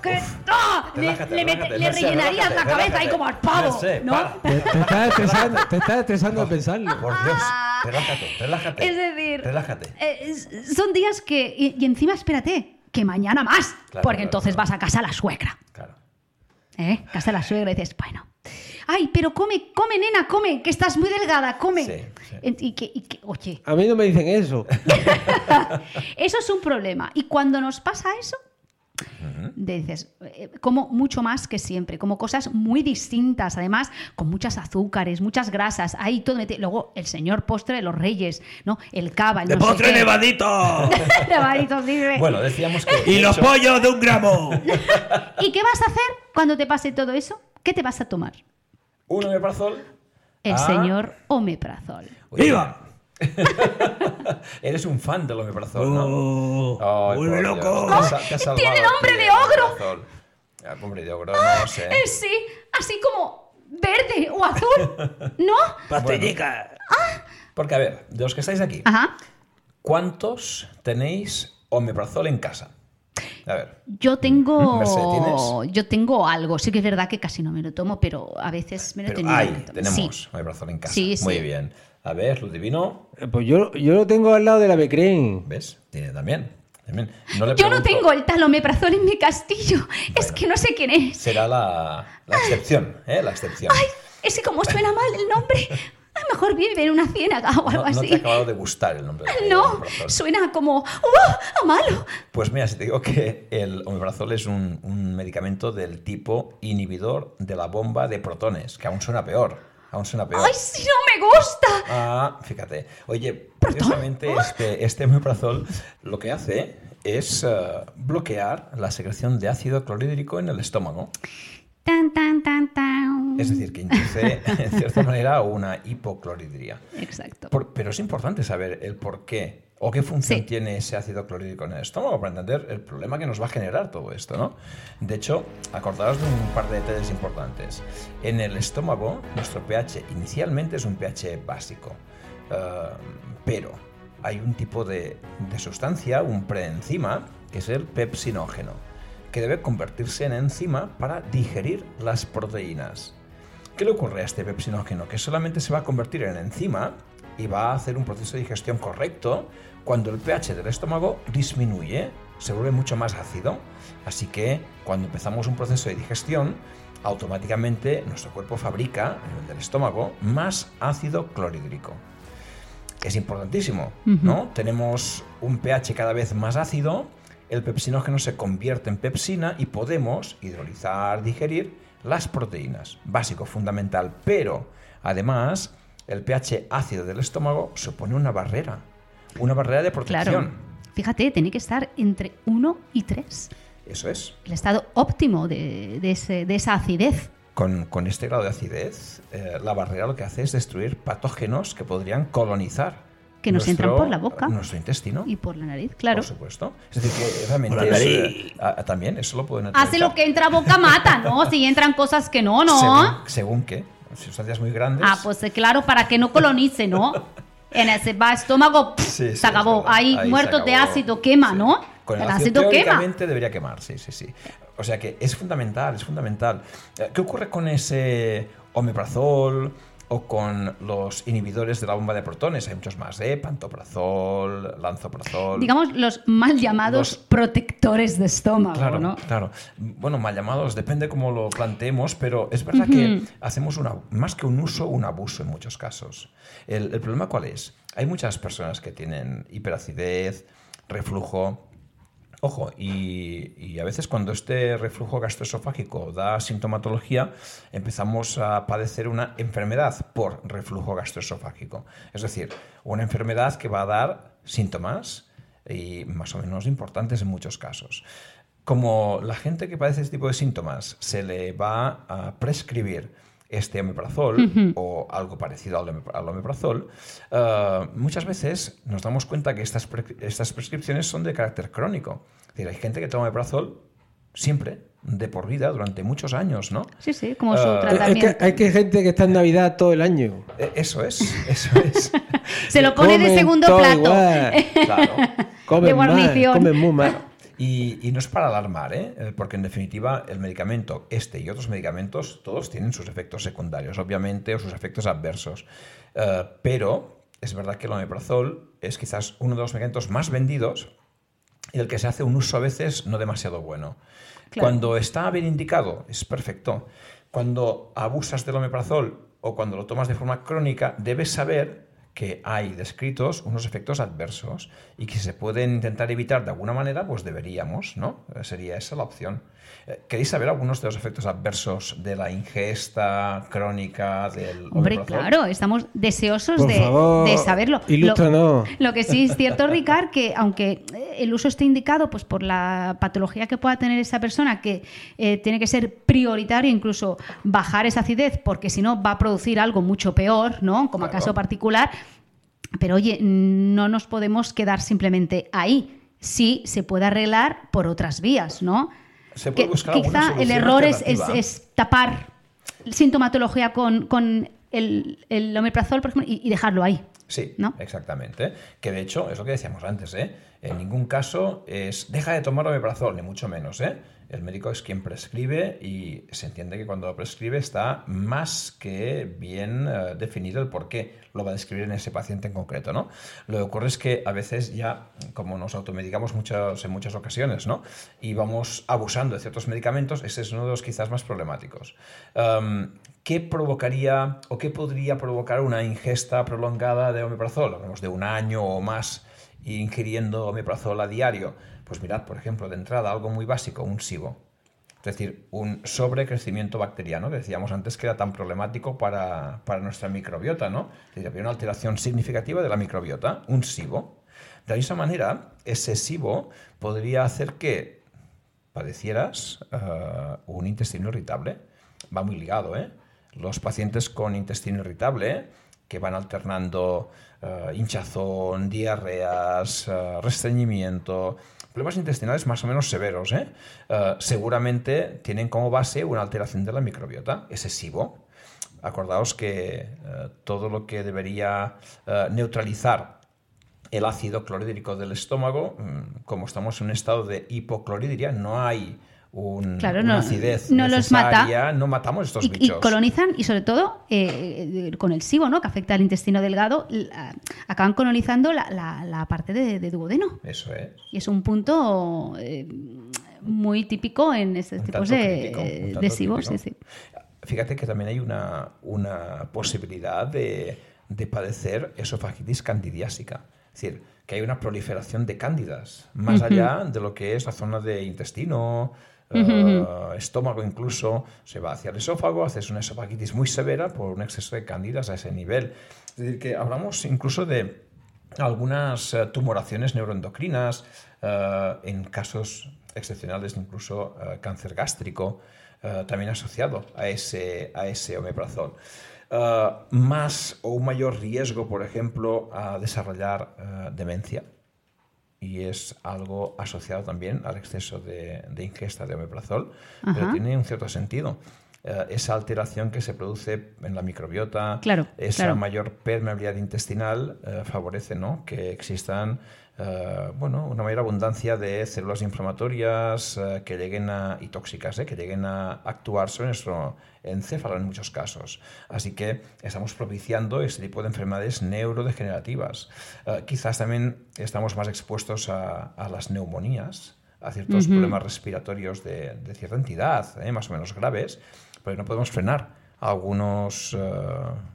D: Que ¡Ah! le,
B: Relájate,
D: le met-
B: relájate,
D: le
B: Merced,
D: rellenarías
B: relájate,
D: la cabeza ahí
B: relájate.
D: como al pavo,
B: Merced,
D: ¿no?
B: para.
F: Te, te estás estresando, te estás estresando de pensarlo.
B: Por Dios, relájate, relájate.
D: Ah. Es decir,
B: Relájate.
D: eh, s- son días que. Y, y encima, espérate, que mañana más.
B: Claro,
D: porque
B: claro,
D: entonces
B: claro.
D: vas a casa a la suegra.
B: Claro.
D: ¿eh? Casa a la suegra y dices, bueno. Ay, pero come, come, nena, come, que estás muy delgada, come.
B: Sí, sí.
D: En- Y que, y que- oye,
F: A mí no me dicen eso.
D: eso es un problema. Y cuando nos pasa eso, dices, eh, como mucho más que siempre, como cosas muy distintas, además, con muchas azúcares, muchas grasas, ahí todo. metido. Luego, el señor postre de los reyes, ¿no? El cava, el
C: ¡De
D: no sé
C: postre
D: qué.
C: nevadito!
D: Nevaditos, dice.
B: Bueno, decíamos que.
C: ¡Y
B: de
C: los
B: hecho,
C: pollos de un gramo!
D: ¿Y qué vas a hacer cuando te pase todo eso? ¿Qué te vas a tomar?
B: Un omeprazol.
D: El
B: Ah.
D: señor omeprazol.
C: Eh.
B: Oye,
C: ¡Viva!
B: Eres un fan del omeprazol, ¿no?
C: Oh,
B: Ay,
C: ¡Vuelve
B: por
C: loco!
B: Dios, te ha- te ha salvado
D: tiene nombre
B: aquí
D: de
B: el
D: ogro.
B: omeprazol. Ah, hombre de ogro, no sé.
D: Eh, Sí, así como verde o azul, ¿no?
C: ¡Pastillica!
B: Porque, a ver, de los que estáis aquí,
D: Ajá.
B: ¿cuántos tenéis omeprazol en casa? A ver,
D: Yo
B: Mercedes,
D: tengo,
B: ¿tienes?
D: yo tengo algo. Sí que es verdad que casi no me lo tomo, pero a veces me lo he
B: pero
D: tenido.
B: hay,
D: que tomar.
B: tenemos
D: Sí.
B: omeprazol en casa.
D: Sí,
B: Muy
D: sí.
B: bien. A ver, lo divino,
F: Eh, Pues yo, yo lo tengo al lado de la Becren.
B: ¿ves? Tiene también. también. No le
D: Yo no
B: pregunto,
D: tengo el talomeprazol en mi castillo. Es
B: Bueno.
D: que no sé quién es.
B: Será la, la excepción, ¿eh? La excepción.
D: Ay, es que como suena mal el nombre, a lo mejor vive en una ciénaga o algo
B: no, no
D: así.
B: te ha acabado de gustar el nombre. del
D: No,
B: omeprazol.
D: suena como ¡Uh! ¡A malo!
B: Pues mira, si te digo que el omeprazol es un, un medicamento del tipo inhibidor de la bomba de protones, que aún suena peor. Aún suena peor.
D: ¡Ay, si no me gusta!
B: Ah, fíjate. Oye, curiosamente este, este omeprazol lo que hace es eh, bloquear la secreción de ácido clorhídrico en el estómago.
D: Tan, tan, tan, tan.
B: Es decir, que induce, en cierta manera, una hipocloridria.
D: Exacto.
B: Por- pero es importante saber el por qué o qué función
D: Sí.
B: tiene ese ácido clorhídrico en el estómago para entender el problema que nos va a generar todo esto, ¿no? De hecho, acordaros de un par de detalles importantes. En el estómago, nuestro pH inicialmente es un pH básico, eh, pero hay un tipo de, de sustancia, un preenzima, que es el pepsinógeno, que debe convertirse en enzima para digerir las proteínas. ¿Qué le ocurre a este pepsinógeno? Que solamente se va a convertir en enzima y va a hacer un proceso de digestión correcto cuando el pH del estómago disminuye, se vuelve mucho más ácido. Así que cuando empezamos un proceso de digestión, automáticamente nuestro cuerpo fabrica, en el del estómago, más ácido clorhídrico. es importantísimo, ¿no? Tenemos un pH cada vez más ácido, el pepsinógeno se convierte en pepsina y podemos hidrolizar, digerir las proteínas, básico, fundamental, pero además el pH ácido del estómago supone una barrera, una barrera de protección.
D: Claro. Fíjate, tiene que estar entre 1 y 3.
B: Eso es.
D: El estado óptimo de, de ese- de esa acidez.
B: Con, con este grado de acidez, eh, la barrera lo que hace es destruir patógenos que podrían colonizar.
D: Que nos entran por la boca.
B: Nuestro intestino.
D: Y por la nariz, claro.
B: Por supuesto. Es decir, que realmente
C: Por la
B: es,
C: nariz.
B: eh, a- a- también eso lo pueden
D: Hace
B: neutralizar.
D: lo que entra a boca mata, ¿no? Si entran cosas que no, ¿no?
B: Según, según qué. Sustancias muy grandes.
D: Ah, pues eh, claro, para que no colonice, ¿no? En ese va estómago, pff,
B: Sí, sí, es
D: se acabó.
B: verdad.
D: Ahí,
B: se
D: muertos de
B: acabó.
D: ácido quema,
B: Sí.
D: ¿no?
B: Con el, ácido, teóricamente debería quemar, sí, sí, sí. O sea que es fundamental, es fundamental. Eh, ¿Qué ocurre con ese omeprazol o con los inhibidores de la bomba de protones? Hay muchos más, ¿eh? Pantoprazol, lanzoprazol.
D: Digamos, los mal llamados
B: Los-
D: protectores de estómago,
B: Mm, Claro,
D: ¿no?
B: claro. Bueno, mal llamados, depende cómo lo planteemos, pero es verdad que hacemos una, más que un uso, un abuso en muchos casos. El, el problema cuál es? Hay muchas personas que tienen hiperacidez, reflujo. Ojo, y, y a veces cuando este reflujo gastroesofágico da sintomatología, empezamos a padecer una enfermedad por reflujo gastroesofágico. Es decir, una enfermedad que va a dar síntomas y más o menos importantes en muchos casos. Como la gente que padece este tipo de síntomas se le va a prescribir este omeprazol o algo parecido al omep- al omeprazol, eh, muchas veces nos damos cuenta que estas, pre- estas prescripciones son de carácter crónico. Es decir, hay gente que toma omeprazol siempre, de por vida, durante muchos años, ¿no?
D: Sí, sí, como su
B: Ah.
F: Es que-
D: tratamiento.
F: hay que gente que está en Navidad todo el año.
B: E- Eso es, eso es.
D: Se lo pone de
F: Comen
D: segundo
F: todo
D: plato.
F: igual.
B: claro.
F: Comen
D: De
F: mal,
D: guarnición.
F: comen muy mal.
B: Y, y no es para alarmar, ¿eh? Eh, porque en definitiva el medicamento, este y otros medicamentos, todos tienen sus efectos secundarios, obviamente, o sus efectos adversos. Eh, pero es verdad que el omeprazol es quizás uno de los medicamentos más vendidos y del que se hace un uso a veces no demasiado bueno.
D: Claro.
B: Cuando está bien indicado, es perfecto. Cuando abusas del omeprazol o cuando lo tomas de forma crónica, debes saber que hay descritos unos efectos adversos y que se pueden intentar evitar de alguna manera, pues deberíamos, ¿no? Eh, Sería esa la opción. Eh, ¿Queréis saber algunos de los efectos adversos de la ingesta crónica del
D: Hombre,
B: omeprazol?
D: claro, estamos deseosos
F: Por
D: de,
F: favor,
D: de saberlo. Lo-
F: ilústranos.
D: Lo que sí es cierto, Ricard, que aunque eh, el uso esté indicado pues por la patología que pueda tener esa persona, que eh, tiene que ser prioritario incluso bajar esa acidez, porque si no va a producir algo mucho peor, ¿no? Como
B: Claro.
D: caso particular. Pero oye, no nos podemos quedar simplemente ahí. Sí, se puede arreglar por otras vías, ¿no?
B: Se puede
D: Que
B: buscar alguna
D: quizá el
B: solución
D: error es, es-
B: alternativa.
D: es tapar sintomatología con, con el, el omeprazol, por ejemplo, y- y dejarlo ahí.
B: Sí,
D: ¿No?
B: exactamente. Que de hecho, es lo que decíamos antes, ¿eh? En ningún caso es deja de tomar omeprazol, ni mucho menos, ¿eh? El médico es quien prescribe y se entiende que cuando lo prescribe está más que bien eh, definido el por qué lo va a describir en ese paciente en concreto, ¿no? Lo que ocurre es que a veces ya, como nos automedicamos muchas, en muchas ocasiones, ¿no? Y vamos abusando de ciertos medicamentos, ese es uno de los quizás más problemáticos. Em, ¿Qué provocaría o qué podría provocar una ingesta prolongada de omeprazol? Hablamos de un año o más ingiriendo omeprazol a diario. Pues mirad, por ejemplo, de entrada algo muy básico, un SIBO. Es decir, un sobrecrecimiento bacteriano, que decíamos antes que era tan problemático para, para nuestra microbiota, ¿no? Es decir, había una alteración significativa de la microbiota, un SIBO. De la misma manera, ese SIBO podría hacer que padecieras eh, un intestino irritable. Va muy ligado, ¿eh? Los pacientes con intestino irritable, que van alternando eh, hinchazón, diarreas, eh, restreñimiento, problemas intestinales más o menos severos, ¿eh? Eh, seguramente tienen como base una alteración de la microbiota, ese SIBO. Acordaos que eh, todo lo que debería eh, neutralizar el ácido clorhídrico del estómago, mm, como estamos en un estado de hipoclorhidria, no hay un,
D: Claro,
B: una
D: no-
B: acidez
D: no los mata.
B: necesaria, no matamos estos
D: y, y
B: bichos.
D: colonizan y sobre todo eh, eh, con el SIBO, ¿no? Que afecta al intestino delgado, la- acaban colonizando la, la- la parte de, de duodeno.
B: Eso es.
D: Y es un punto eh, muy típico en estos
B: Un
D: tipos
B: tanto
D: este de,
B: crítico, un
D: de
B: tanto
D: SIBO.
B: crítico.
D: sí, sí.
B: Fíjate que también hay una, una posibilidad de, de padecer esofagitis candidiásica. Es decir, que hay una proliferación de cándidas, más allá de lo que es la zona de intestino, eh, estómago incluso, se va hacia el esófago, haces una esofagitis muy severa por un exceso de cándidas a ese nivel. Es decir, que hablamos incluso de algunas eh, tumoraciones neuroendocrinas, eh, en casos excepcionales incluso eh, cáncer gástrico, eh, también asociado a ese, a ese omeprazol. Eh, más o un mayor riesgo, por ejemplo, a desarrollar eh, demencia y es algo asociado también al exceso de, de ingesta de omeprazol, pero tiene un cierto sentido. Eh, esa alteración que se produce en la microbiota,
D: Claro,
B: esa
D: claro.
B: mayor permeabilidad intestinal eh, favorece ¿no? que existan eh, bueno, una mayor abundancia de células inflamatorias eh, que lleguen a, y tóxicas, eh, que lleguen a actuar sobre nuestro encéfalo en muchos casos. Así que estamos propiciando este tipo de enfermedades neurodegenerativas. Eh, quizás también estamos más expuestos a, a las neumonías, a ciertos problemas respiratorios de, de cierta entidad, eh, más o menos graves, pero no podemos frenar algunos, eh,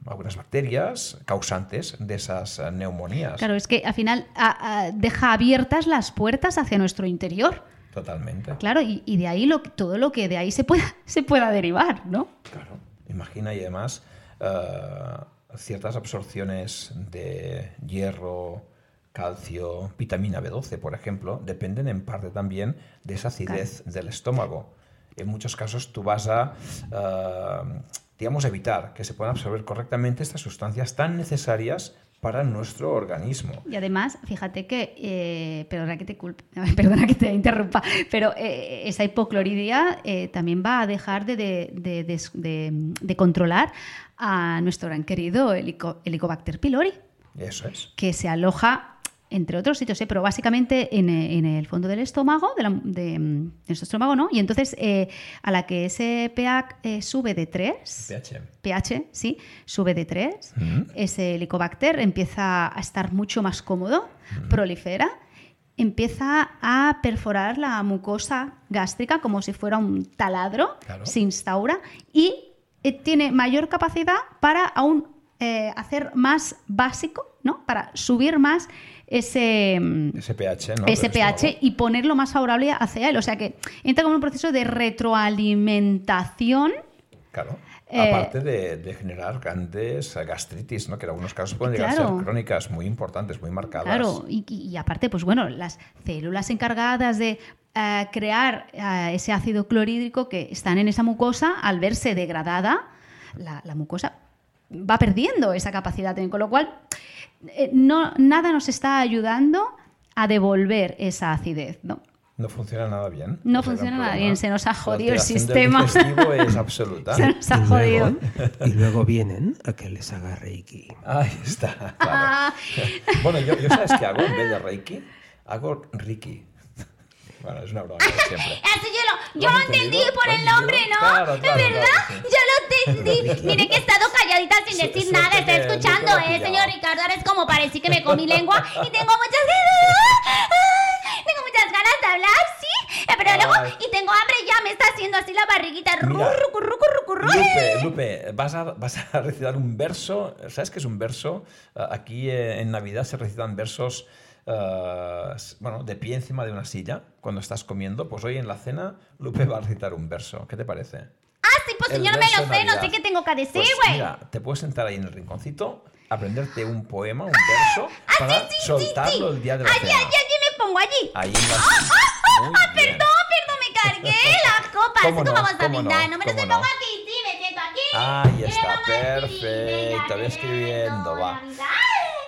B: algunas bacterias causantes de esas eh, neumonías.
D: Claro, es que al final a- a- deja abiertas las puertas hacia nuestro interior.
B: Totalmente.
D: Claro, y, y de ahí lo, que- todo lo que de ahí se pueda, se pueda derivar, ¿no?
B: Claro. Imagina y además eh, ciertas absorciones de hierro, calcio, vitamina B12, por ejemplo, dependen en parte también de esa acidez del estómago. En muchos casos tú vas a, eh, digamos, evitar que se puedan absorber correctamente estas sustancias tan necesarias para nuestro organismo.
D: Y además, fíjate que, eh, perdona que te culp- perdona que te interrumpa, pero eh, esa hipocloridia eh, también va a dejar de, de- de- de- de- de controlar a nuestro gran querido helico- Helicobacter pylori,
B: Eso es.
D: que se aloja entre otros sitios, ¿eh? pero básicamente en, eh, en el fondo del estómago, de, la- de, mm, de nuestro estómago, ¿no? Y entonces, eh, a la que ese pH eh, sube de 3,
B: pH.
D: pH, sí, sube de 3,
B: Ujú.
D: ese helicobacter empieza a estar mucho más cómodo, prolifera, empieza a perforar la mucosa gástrica como si fuera un taladro,
B: Claro.
D: se instaura y eh, tiene mayor capacidad para aún eh, hacer más básico, ¿no? Para subir más ese... mm,
B: Ese pH, ¿no?
D: ese
B: Del
D: pH
B: estómago.
D: y ponerlo más favorable hacia él. O sea que entra como un proceso de retroalimentación
B: Claro.
D: Eh,
B: Aparte de, de generar grandes eh, gastritis, ¿no? que en algunos casos pueden llegar a
D: Claro.
B: ser crónicas muy importantes, muy marcadas.
D: Claro, y, y- y aparte, pues bueno, las células encargadas de eh, crear eh, ese ácido clorhídrico que están en esa mucosa, al verse degradada, la, la mucosa va perdiendo esa capacidad, con lo cual eh, no, nada nos está ayudando a devolver esa acidez, ¿no?
B: No funciona nada bien.
D: No
B: Ese gran
D: funciona nada
B: problema.
D: bien, se nos ha
B: La
D: jodido el
B: alteración del
D: sistema.
B: digestivo es absoluta.
D: Se nos ha
F: y,
D: jodido.
F: luego, ¿eh? y luego vienen a que les haga Reiki.
B: Ahí está.
D: Ah.
B: claro. bueno, yo, yo sabes qué hago en vez de Reiki, hago Ricky. Bueno, es una broma como siempre.
E: Eso yo lo,
B: ¿Lo
E: yo
B: has
E: lo entendí
B: entendido?
E: por
B: ¿Lo has
E: el nombre,
B: entendido?
E: ¿no?
B: Claro, claro,
E: ¿De verdad?
B: claro,
E: Yo lo entendí. Mire que he estado calladita sin
B: Su-
E: decir
B: suerte
E: nada.
B: que
E: Está
B: no te lo
E: escuchando,
B: ha
E: ¿eh,
B: pillado.
E: señor Ricardo? Ahora es como parecí que me comí lengua y tengo muchas... Tengo muchas ganas de hablar, sí. eh, Pero luego...
B: Ay.
E: Y tengo hambre ya. Me está haciendo así la barriguita. Ru,
B: Mira.
E: rucu, rucu, rucu, ru.
B: Lupe, Lupe, vas a, vas a recitar un verso. ¿Sabes qué es un verso? Eh, Aquí eh, en Navidad se recitan versos eh, s- bueno, de pie encima de una silla cuando estás comiendo. Pues hoy en la cena Lupe va a recitar un verso. ¿Qué te parece?
E: Ah, sí, pues si
B: El
E: yo no me
B: verso
E: lo sé, no
B: Navidad.
E: sé qué tengo que decir,
B: Pues
E: güey.
B: mira, te puedes sentar ahí en el rinconcito, aprenderte un poema, un verso,
E: Ah,
B: para soltarlo el día de la
E: allí,
B: cena.
E: allí, allí me pongo allí.
B: Ahí en la... Muy
E: ¡Ah,
B: bien.
E: perdón, perdón! Me cargué las copas.
B: ¿Cómo
E: ¿Cómo,
B: no?
E: vamos a
B: ¿Cómo no?
E: brindar? No, me lo
B: ¿Cómo
E: sé,
B: no?
E: pongo aquí. Sí, me siento aquí.
B: Ahí
E: Y me
B: está,
E: pongo aquí. Venga,
B: perfecto. Voy escribiendo,
E: queriendo
B: va.
E: Navidad.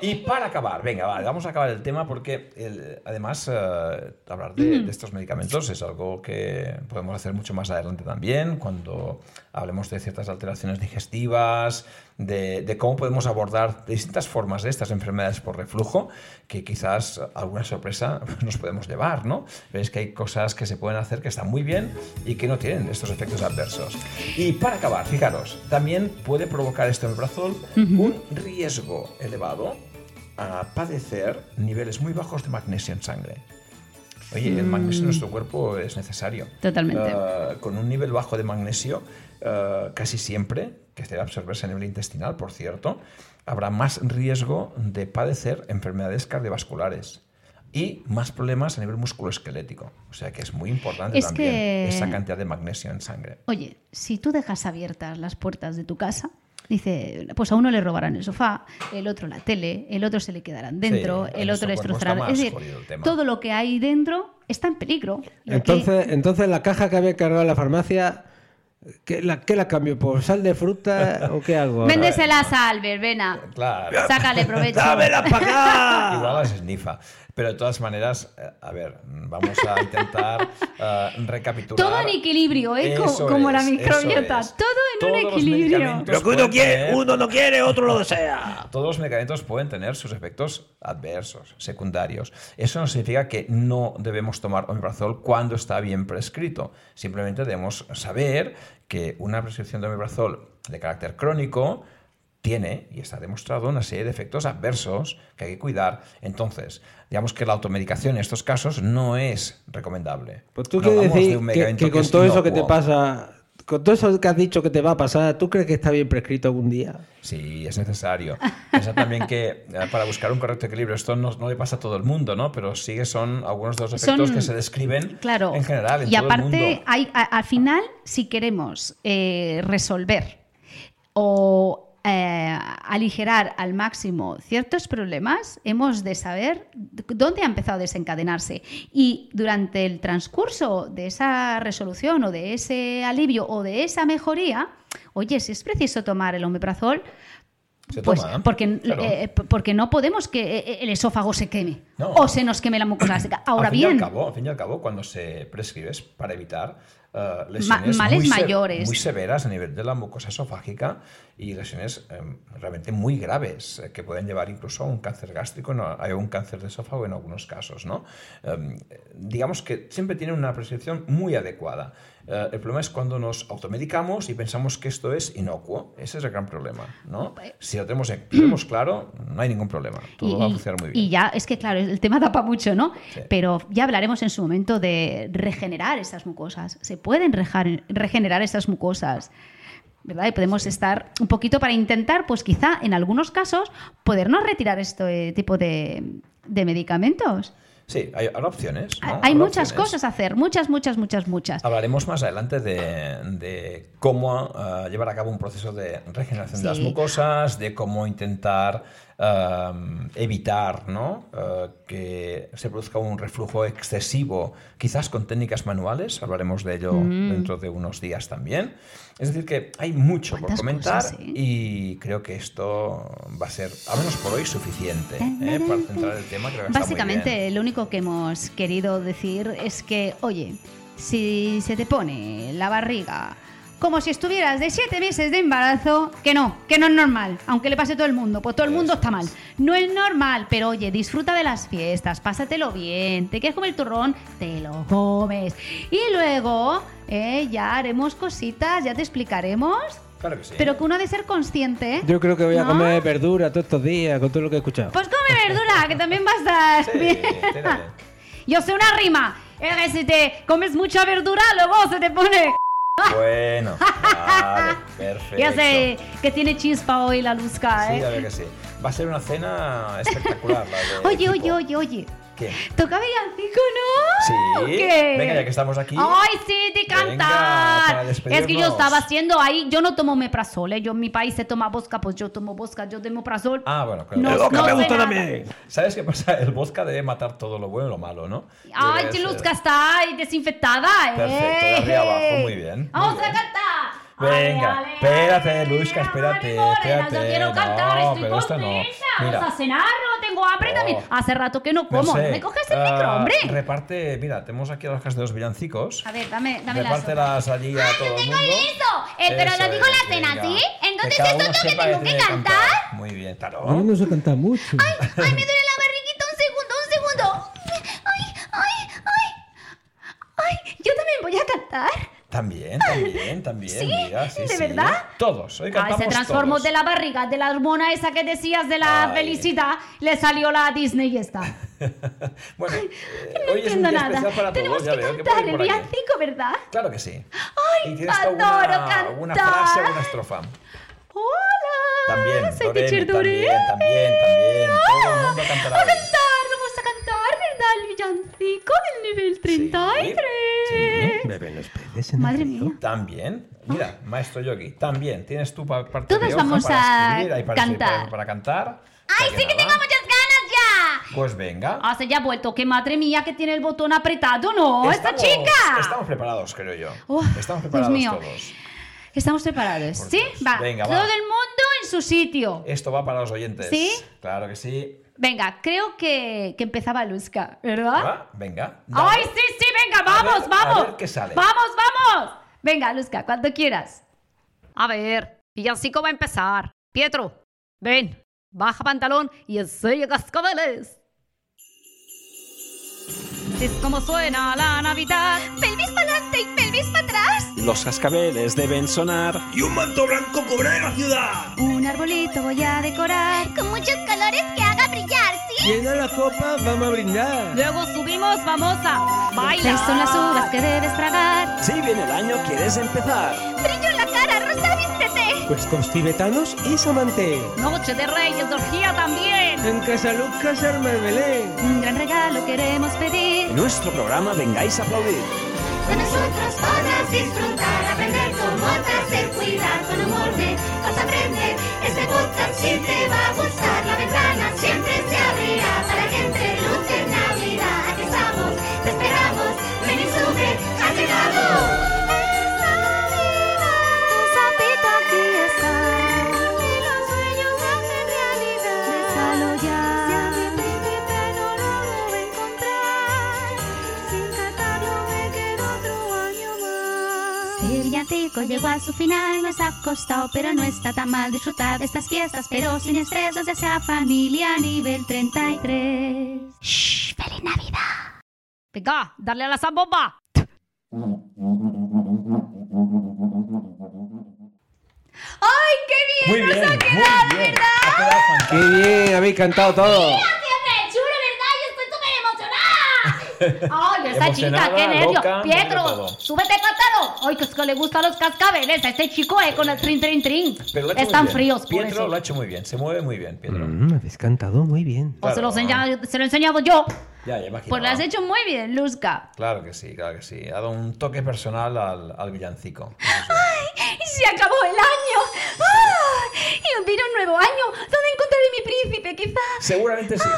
B: Y para acabar, venga, vale, vamos a acabar el tema porque el- además eh, hablar de, de estos medicamentos es algo que podemos hacer mucho más adelante también, cuando hablemos de ciertas alteraciones digestivas, de, de cómo podemos abordar distintas formas de estas enfermedades por reflujo, que quizás alguna sorpresa nos podemos llevar, ¿no? Veis que hay cosas que se pueden hacer que están muy bien y que no tienen estos efectos adversos. Y para acabar, fijaros, también puede provocar este omeprazol un riesgo elevado a padecer niveles muy bajos de magnesio en sangre. Oye, el magnesio en nuestro cuerpo es necesario.
D: Mm. Totalmente.
B: Ah, con un nivel bajo de magnesio, ah, casi siempre, que debe absorberse a nivel intestinal, por cierto, habrá más riesgo de padecer enfermedades cardiovasculares y más problemas a nivel musculoesquelético. O sea que es muy importante
D: Es
B: también
D: que-
B: esa cantidad de magnesio en sangre.
D: Oye, si tú dejas abiertas las puertas de tu casa, dice, pues a uno le robarán el sofá, el otro la tele, el otro se le quedarán dentro,
B: Sí,
D: el
B: eso,
D: otro le
B: pues, no está
D: destrozarán.
B: más
D: Es decir,
B: jodido el tema.
D: todo lo que hay dentro está en peligro. Lo que-
F: Entonces, entonces la caja que había cargado en la farmacia, ¿qué la, qué la cambio? ¿Por sal de fruta o qué hago? ahora?
B: eh,
D: Véndeselas a Albert, vena.
B: Claro.
D: Sácale provecho.
F: ¡Dámela para acá!
B: Igual las esnifa. Pero de todas maneras, eh, a ver, vamos a intentar eh, recapitular.
D: Todo en equilibrio, ¿eh? Co-
B: Eso
D: como la
B: es,
D: microbiota.
B: eso es.
D: Todo en un
B: Todos los
D: equilibrio.
B: medicamentos pueden tener-
F: no quiere, otro lo desea.
B: Todos los medicamentos pueden tener sus efectos adversos, secundarios. Eso no significa que no debemos tomar omeprazol cuando está bien prescrito. Simplemente debemos saber que una prescripción de omeprazol de carácter crónico tiene, y está demostrado, una serie de efectos adversos que hay que cuidar. Entonces, digamos que la automedicación en estos casos no es recomendable.
F: Pues tú
B: No
F: quieres
B: hablamos de
F: decir
B: un
F: que,
B: medicamento
F: que con
B: es
F: todo eso que te
B: inocuo.
F: pasa, con todo eso que has dicho que te va a pasar, ¿tú crees que está bien prescrito algún día?
B: Sí, es necesario. Pensad también que eh, para buscar un correcto equilibrio, esto no, no le pasa a todo el mundo, ¿no? Pero sí que son algunos de los efectos
D: Son-
B: que se describen
D: Claro.
B: en general. En
D: y
B: todo el
D: aparte,
B: mundo.
D: hay, a- al final, si queremos eh, resolver o eh, aligerar al máximo ciertos problemas, hemos de saber d- dónde ha empezado a desencadenarse. Y durante el transcurso de esa resolución o de ese alivio o de esa mejoría, oye, si es preciso tomar el omeprazol,
B: Se
D: pues
B: toma,
D: porque,
B: claro.
D: eh, p- porque no podemos que eh, el esófago se queme
B: No.
D: o se nos queme la mucosa gástrica. Ahora
B: al fin
D: bien,
B: Y al, cabo, al fin y al cabo, cuando se prescribe es para evitar eh,
D: Ma-
B: lesiones
D: males
B: muy se-
D: mayores.
B: muy severas a nivel de la mucosa esofágica y lesiones eh, realmente muy graves eh, que pueden llevar incluso a un cáncer gástrico no, a un cáncer de esófago en algunos casos. ¿no? Eh, digamos que siempre tiene una prescripción muy adecuada. Eh, el problema es cuando nos automedicamos y pensamos que esto es inocuo. Ese es el gran problema. ¿no? Si lo tenemos, lo tenemos claro, no hay ningún problema. Todo va a funcionar muy bien.
D: Pues y ya, es que claro, el tema tapa mucho, ¿no?
B: Sí.
D: Pero ya hablaremos en su momento de regenerar estas mucosas. Se pueden rejar- regenerar estas mucosas. ¿Verdad? Y podemos estar un poquito para intentar, pues quizá en algunos casos, podernos retirar este tipo de, de medicamentos.
B: Sí, hay, habrá opciones. ¿no?
D: Hay- Hay
B: Habrá
D: muchas
B: opciones.
D: cosas a hacer, muchas, muchas, muchas, muchas.
B: Hablaremos más adelante de, de cómo ah, llevar a cabo un proceso de regeneración de las
D: Sí.
B: mucosas, de cómo intentar ah, evitar ¿no? Ah, que se produzca un reflujo excesivo, quizás con técnicas manuales, hablaremos de ello
D: Mm.
B: dentro de unos días también. Es decir, que hay mucho por
D: ¿Cuántas
B: comentar
D: cosas, eh?
B: y creo que esto va a ser, al menos por hoy, suficiente ¿eh? para centrar el tema. Creo que está muy bien.
D: Básicamente, lo único que hemos querido decir es que, oye, si se te pone la barriga como si estuvieras de siete meses de embarazo, que no, que no es normal, aunque le pase a todo el mundo, pues todo el mundo está mal. No es normal, pero oye, disfruta de las fiestas, pásatelo bien, te quieres comer el turrón, te lo comes. Y luego eh, ya haremos cositas, ya te explicaremos,
B: Claro que sí.
D: pero que uno ha de ser consciente. ¿eh?
F: Yo creo que voy a
D: ¿No?
F: comer verdura todos estos días, con todo lo que he escuchado.
D: Pues come verdura, que también va a estar
B: Sí,
D: bien.
B: tírale.
D: Yo sé una rima. Es que si te comes mucha verdura, luego se te pone.
B: Bueno, vale, perfecto.
D: Ya sé que tiene chispa hoy la luzca,
B: Sí, a
D: ¿eh?
B: ver que sí. Va a ser una cena espectacular. La de
D: Oye,
B: equipo.
D: oye, oye, oye.
B: ¿Qué?
D: Toca villancico, ¿no?
B: Sí.
D: ¿O qué?
B: Venga, ya que estamos aquí.
D: ¡Ay, sí, de
B: Venga, para
D: cantar! es que yo
B: despedirnos.
D: estaba haciendo ahí, yo no tomo meprazol, ¿eh? Yo en mi país se toma vodka, pues yo tomo vodka, yo tomo prazol.
B: Ah, bueno, claro.
D: No,
B: El
D: no sé nada.
B: ¿Sabes qué pasa? El vodka debe matar todo lo bueno y lo malo, ¿no?
D: ¡Ay,
B: Debe ser.
D: Luzca está ahí desinfectada, ¿eh?
B: Perfecto, de arriba abajo, muy bien,
D: ¡Vamos
B: muy bien.
D: a cantar!
B: Venga,
D: Ale, ale,
B: espérate,
D: ale,
B: Luzca, espérate,
D: Mari Morena,
B: espérate.
D: Yo quiero cantar,
B: No,
D: estoy
B: pero esto no.
D: contenta.
B: Mira.
D: Vamos a cenar, no tengo hambre
B: No.
D: también. Hace rato que no
B: No
D: como, no,
B: sé.
D: me coges el
B: Ah,
D: micro, hombre.
B: Reparte, mira, tenemos aquí las cajas de los villancicos.
D: A ver, dame, dame la sopa.
B: Repártelas allí a todo el
E: tengo
B: mundo.
E: listo. Eh, pero
B: Eso
E: lo digo
B: es,
E: la cena,
B: venga.
E: ¿sí? Entonces
B: cada
E: esto
B: uno
E: es lo que
B: sepa
E: tengo que
B: tiene
E: cantar.
B: Muy bien, claro.
C: No, no se canta mucho.
E: Ay, me duele la barriguita. Un segundo, un segundo. Ay, ay, ay.
D: Ay, yo también voy a cantar.
B: También, también, también.
D: ¿Sí?
B: mira, sí,
D: ¿De
B: sí.
D: verdad?
B: Todos. Hoy
D: Ay,
B: cantamos
D: se transformó
B: todos.
D: Ah, de la barriga, de la hormona esa que decías de la
B: Ay.
D: felicidad, le salió la Disney y está.
B: bueno, eh,
D: No
B: hoy es un
D: entiendo
B: día
D: nada.
B: especial para
D: Tenemos
B: todos, ya
D: que
B: veo que
D: cantar
B: por
D: el
B: por aquí.
D: villancico, ¿verdad?
B: Claro que sí.
D: Ay,
B: y tienes tú
D: adoro
B: alguna, alguna
D: cantar.
B: frase, alguna estrofa.
D: ¡Ay, hola.
B: También,
D: Soy
B: Doremi,
D: teacher Doremi.
B: también, también, también. Todo el mundo cantará
D: A
B: hoy.
D: cantar, vamos a cantar, ¿verdad? El villancico del nivel 33.
F: Beben los peces en el
D: Madre
F: río.
D: mía.
B: También, mira, maestro Yogi, también tienes tu pa- parte
D: Todos
B: de hoja
D: vamos
B: para
D: a
B: escribir, ahí para
D: cantar.
B: escribir, Para, cantar.
E: ¡Ay,
B: para
E: sí que tengo
B: nada.
E: muchas ganas ya!
B: Pues venga.
D: Ah, se ya ha vuelto. Que madre mía que tiene el botón apretado, ¿no? Oh, Esta
B: Estamos-
D: chica.
B: Estamos preparados, creo yo.
D: Oh,
B: estamos
D: Dios
B: preparados
D: mío.
B: todos.
D: Estamos preparados.
B: Por
D: ¿Sí?
B: Dios.
D: Va.
B: Venga, va.
D: Todo el mundo en su sitio.
B: Esto va para los oyentes.
D: ¿Sí?
B: Claro que sí.
D: Venga, creo que, que empezaba Luzca, ¿verdad?
B: Va, Venga. dale.
D: ¿Ah? ¡Ay, sí, sí! ¡Venga, vamos,
B: ver- Ah, a
D: vamos!
B: ver qué sale.
D: ¡Vamos, vamos! Venga, Luzca, cuando quieras.
G: A ver, villancico va a empezar. Pietro, ven, baja pantalón y enseña cascabeles. Es como suena la Navidad.
E: ¡Pelvis para adelante y pelvis para atrás!
H: Los cascabeles deben sonar.
I: y un manto blanco cubrirá la ciudad.
D: Un arbolito voy a decorar.
E: Con muchos colores que haga brillar, ¿sí?
F: Llena la copa, vamos a brindar.
G: Luego subimos, famosa. Baila.
D: Estas son las uvas que debes tragar.
H: Si viene el año, quieres empezar.
E: ¡Brillo en la cara, rosa, vístete!
F: Pues con los tibetanos y samante.
G: Noche de Reyes, orgía también.
F: En Casa Lucas arma el Belén.
D: Un gran regalo queremos pedir.
H: En nuestro programa vengáis a aplaudir.
E: Con nosotros podrás disfrutar, aprender con otras, ser cuidar con humor de vas a aprender. Este podcast sí te va a gustar, la ventana siempre se abrirá para que entre luz en Navidad. Aquí estamos, te esperamos, ven y sube, ha llegado. Esta Navidad, un sapito aquí está, y los sueños se hacen realidad. Bésalo ya, si a mi príncipe no lo voy a encontrar, sin catarlo me quedo otro año más. El villancico llegó a su final, nos ha costado, pero no está tan mal disfrutar de estas fiestas, pero sin estrés, desde esa familia nivel 33.
G: Venga, darle a la zambomba.
B: Muy bien, muy bien. Ha quedado fantástico.
F: ¡Qué bien! Habéis cantado todo.
E: ¡Qué chulo, verdad! Yo estoy súper emocionada.
G: ¡Ay, esta chica,
B: Emocionada,
G: qué nervio!
B: loca, de
G: ¡Pietro,
B: todo.
G: súbete cátalo! ¡Ay, que es que le gustan los cascabeles a este chico, eh! Con el trin, trin, trin.
B: Pero lo ha hecho muy
G: Están
B: bien.
G: fríos, por
B: Pietro
G: eso.
B: lo ha hecho muy bien. Se mueve muy bien, Pietro.
F: Mm, habéis cantado muy bien.
G: O se lo,
B: Claro.
G: enseña- se lo he enseñado yo.
B: Ya, ya imaginaba.
D: Pues lo has hecho muy bien, Luzca.
B: Claro que sí, claro que sí. Ha dado un toque personal al, al villancico.
D: ¡Y se acabó el año! ¡Ah! Y vino un nuevo año. ¿Dónde encontraré mi príncipe, quizá?
B: Seguramente sí.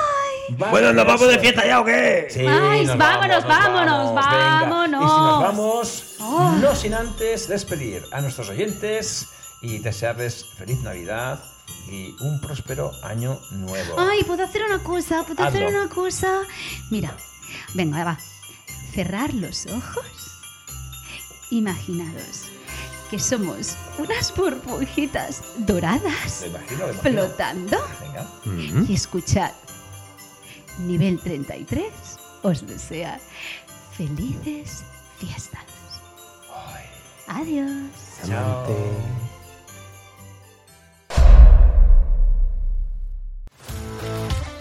B: Vale,
I: Bueno, nos vamos de
B: eso.
I: fiesta ya o qué?
B: Sí,
D: Ay,
B: nos
D: vámonos,
B: vamos, nos
D: vámonos,
B: vamos, venga. Y si nos vamos,
D: Oh.
B: no sin antes despedir a nuestros oyentes y desearles feliz Navidad y un próspero año nuevo.
D: Ay, puedo hacer una cosa, puedo hacer
B: Hazlo.
D: una cosa. Mira, venga, va. Cerrar los ojos. Imaginaros que somos unas burbujitas doradas
B: Lo imagino, lo imagino. Ah,
D: flotando
B: Venga.
D: y escuchad. Nivel 33 os desea felices fiestas.
B: Ay,
D: Adiós.
B: chao.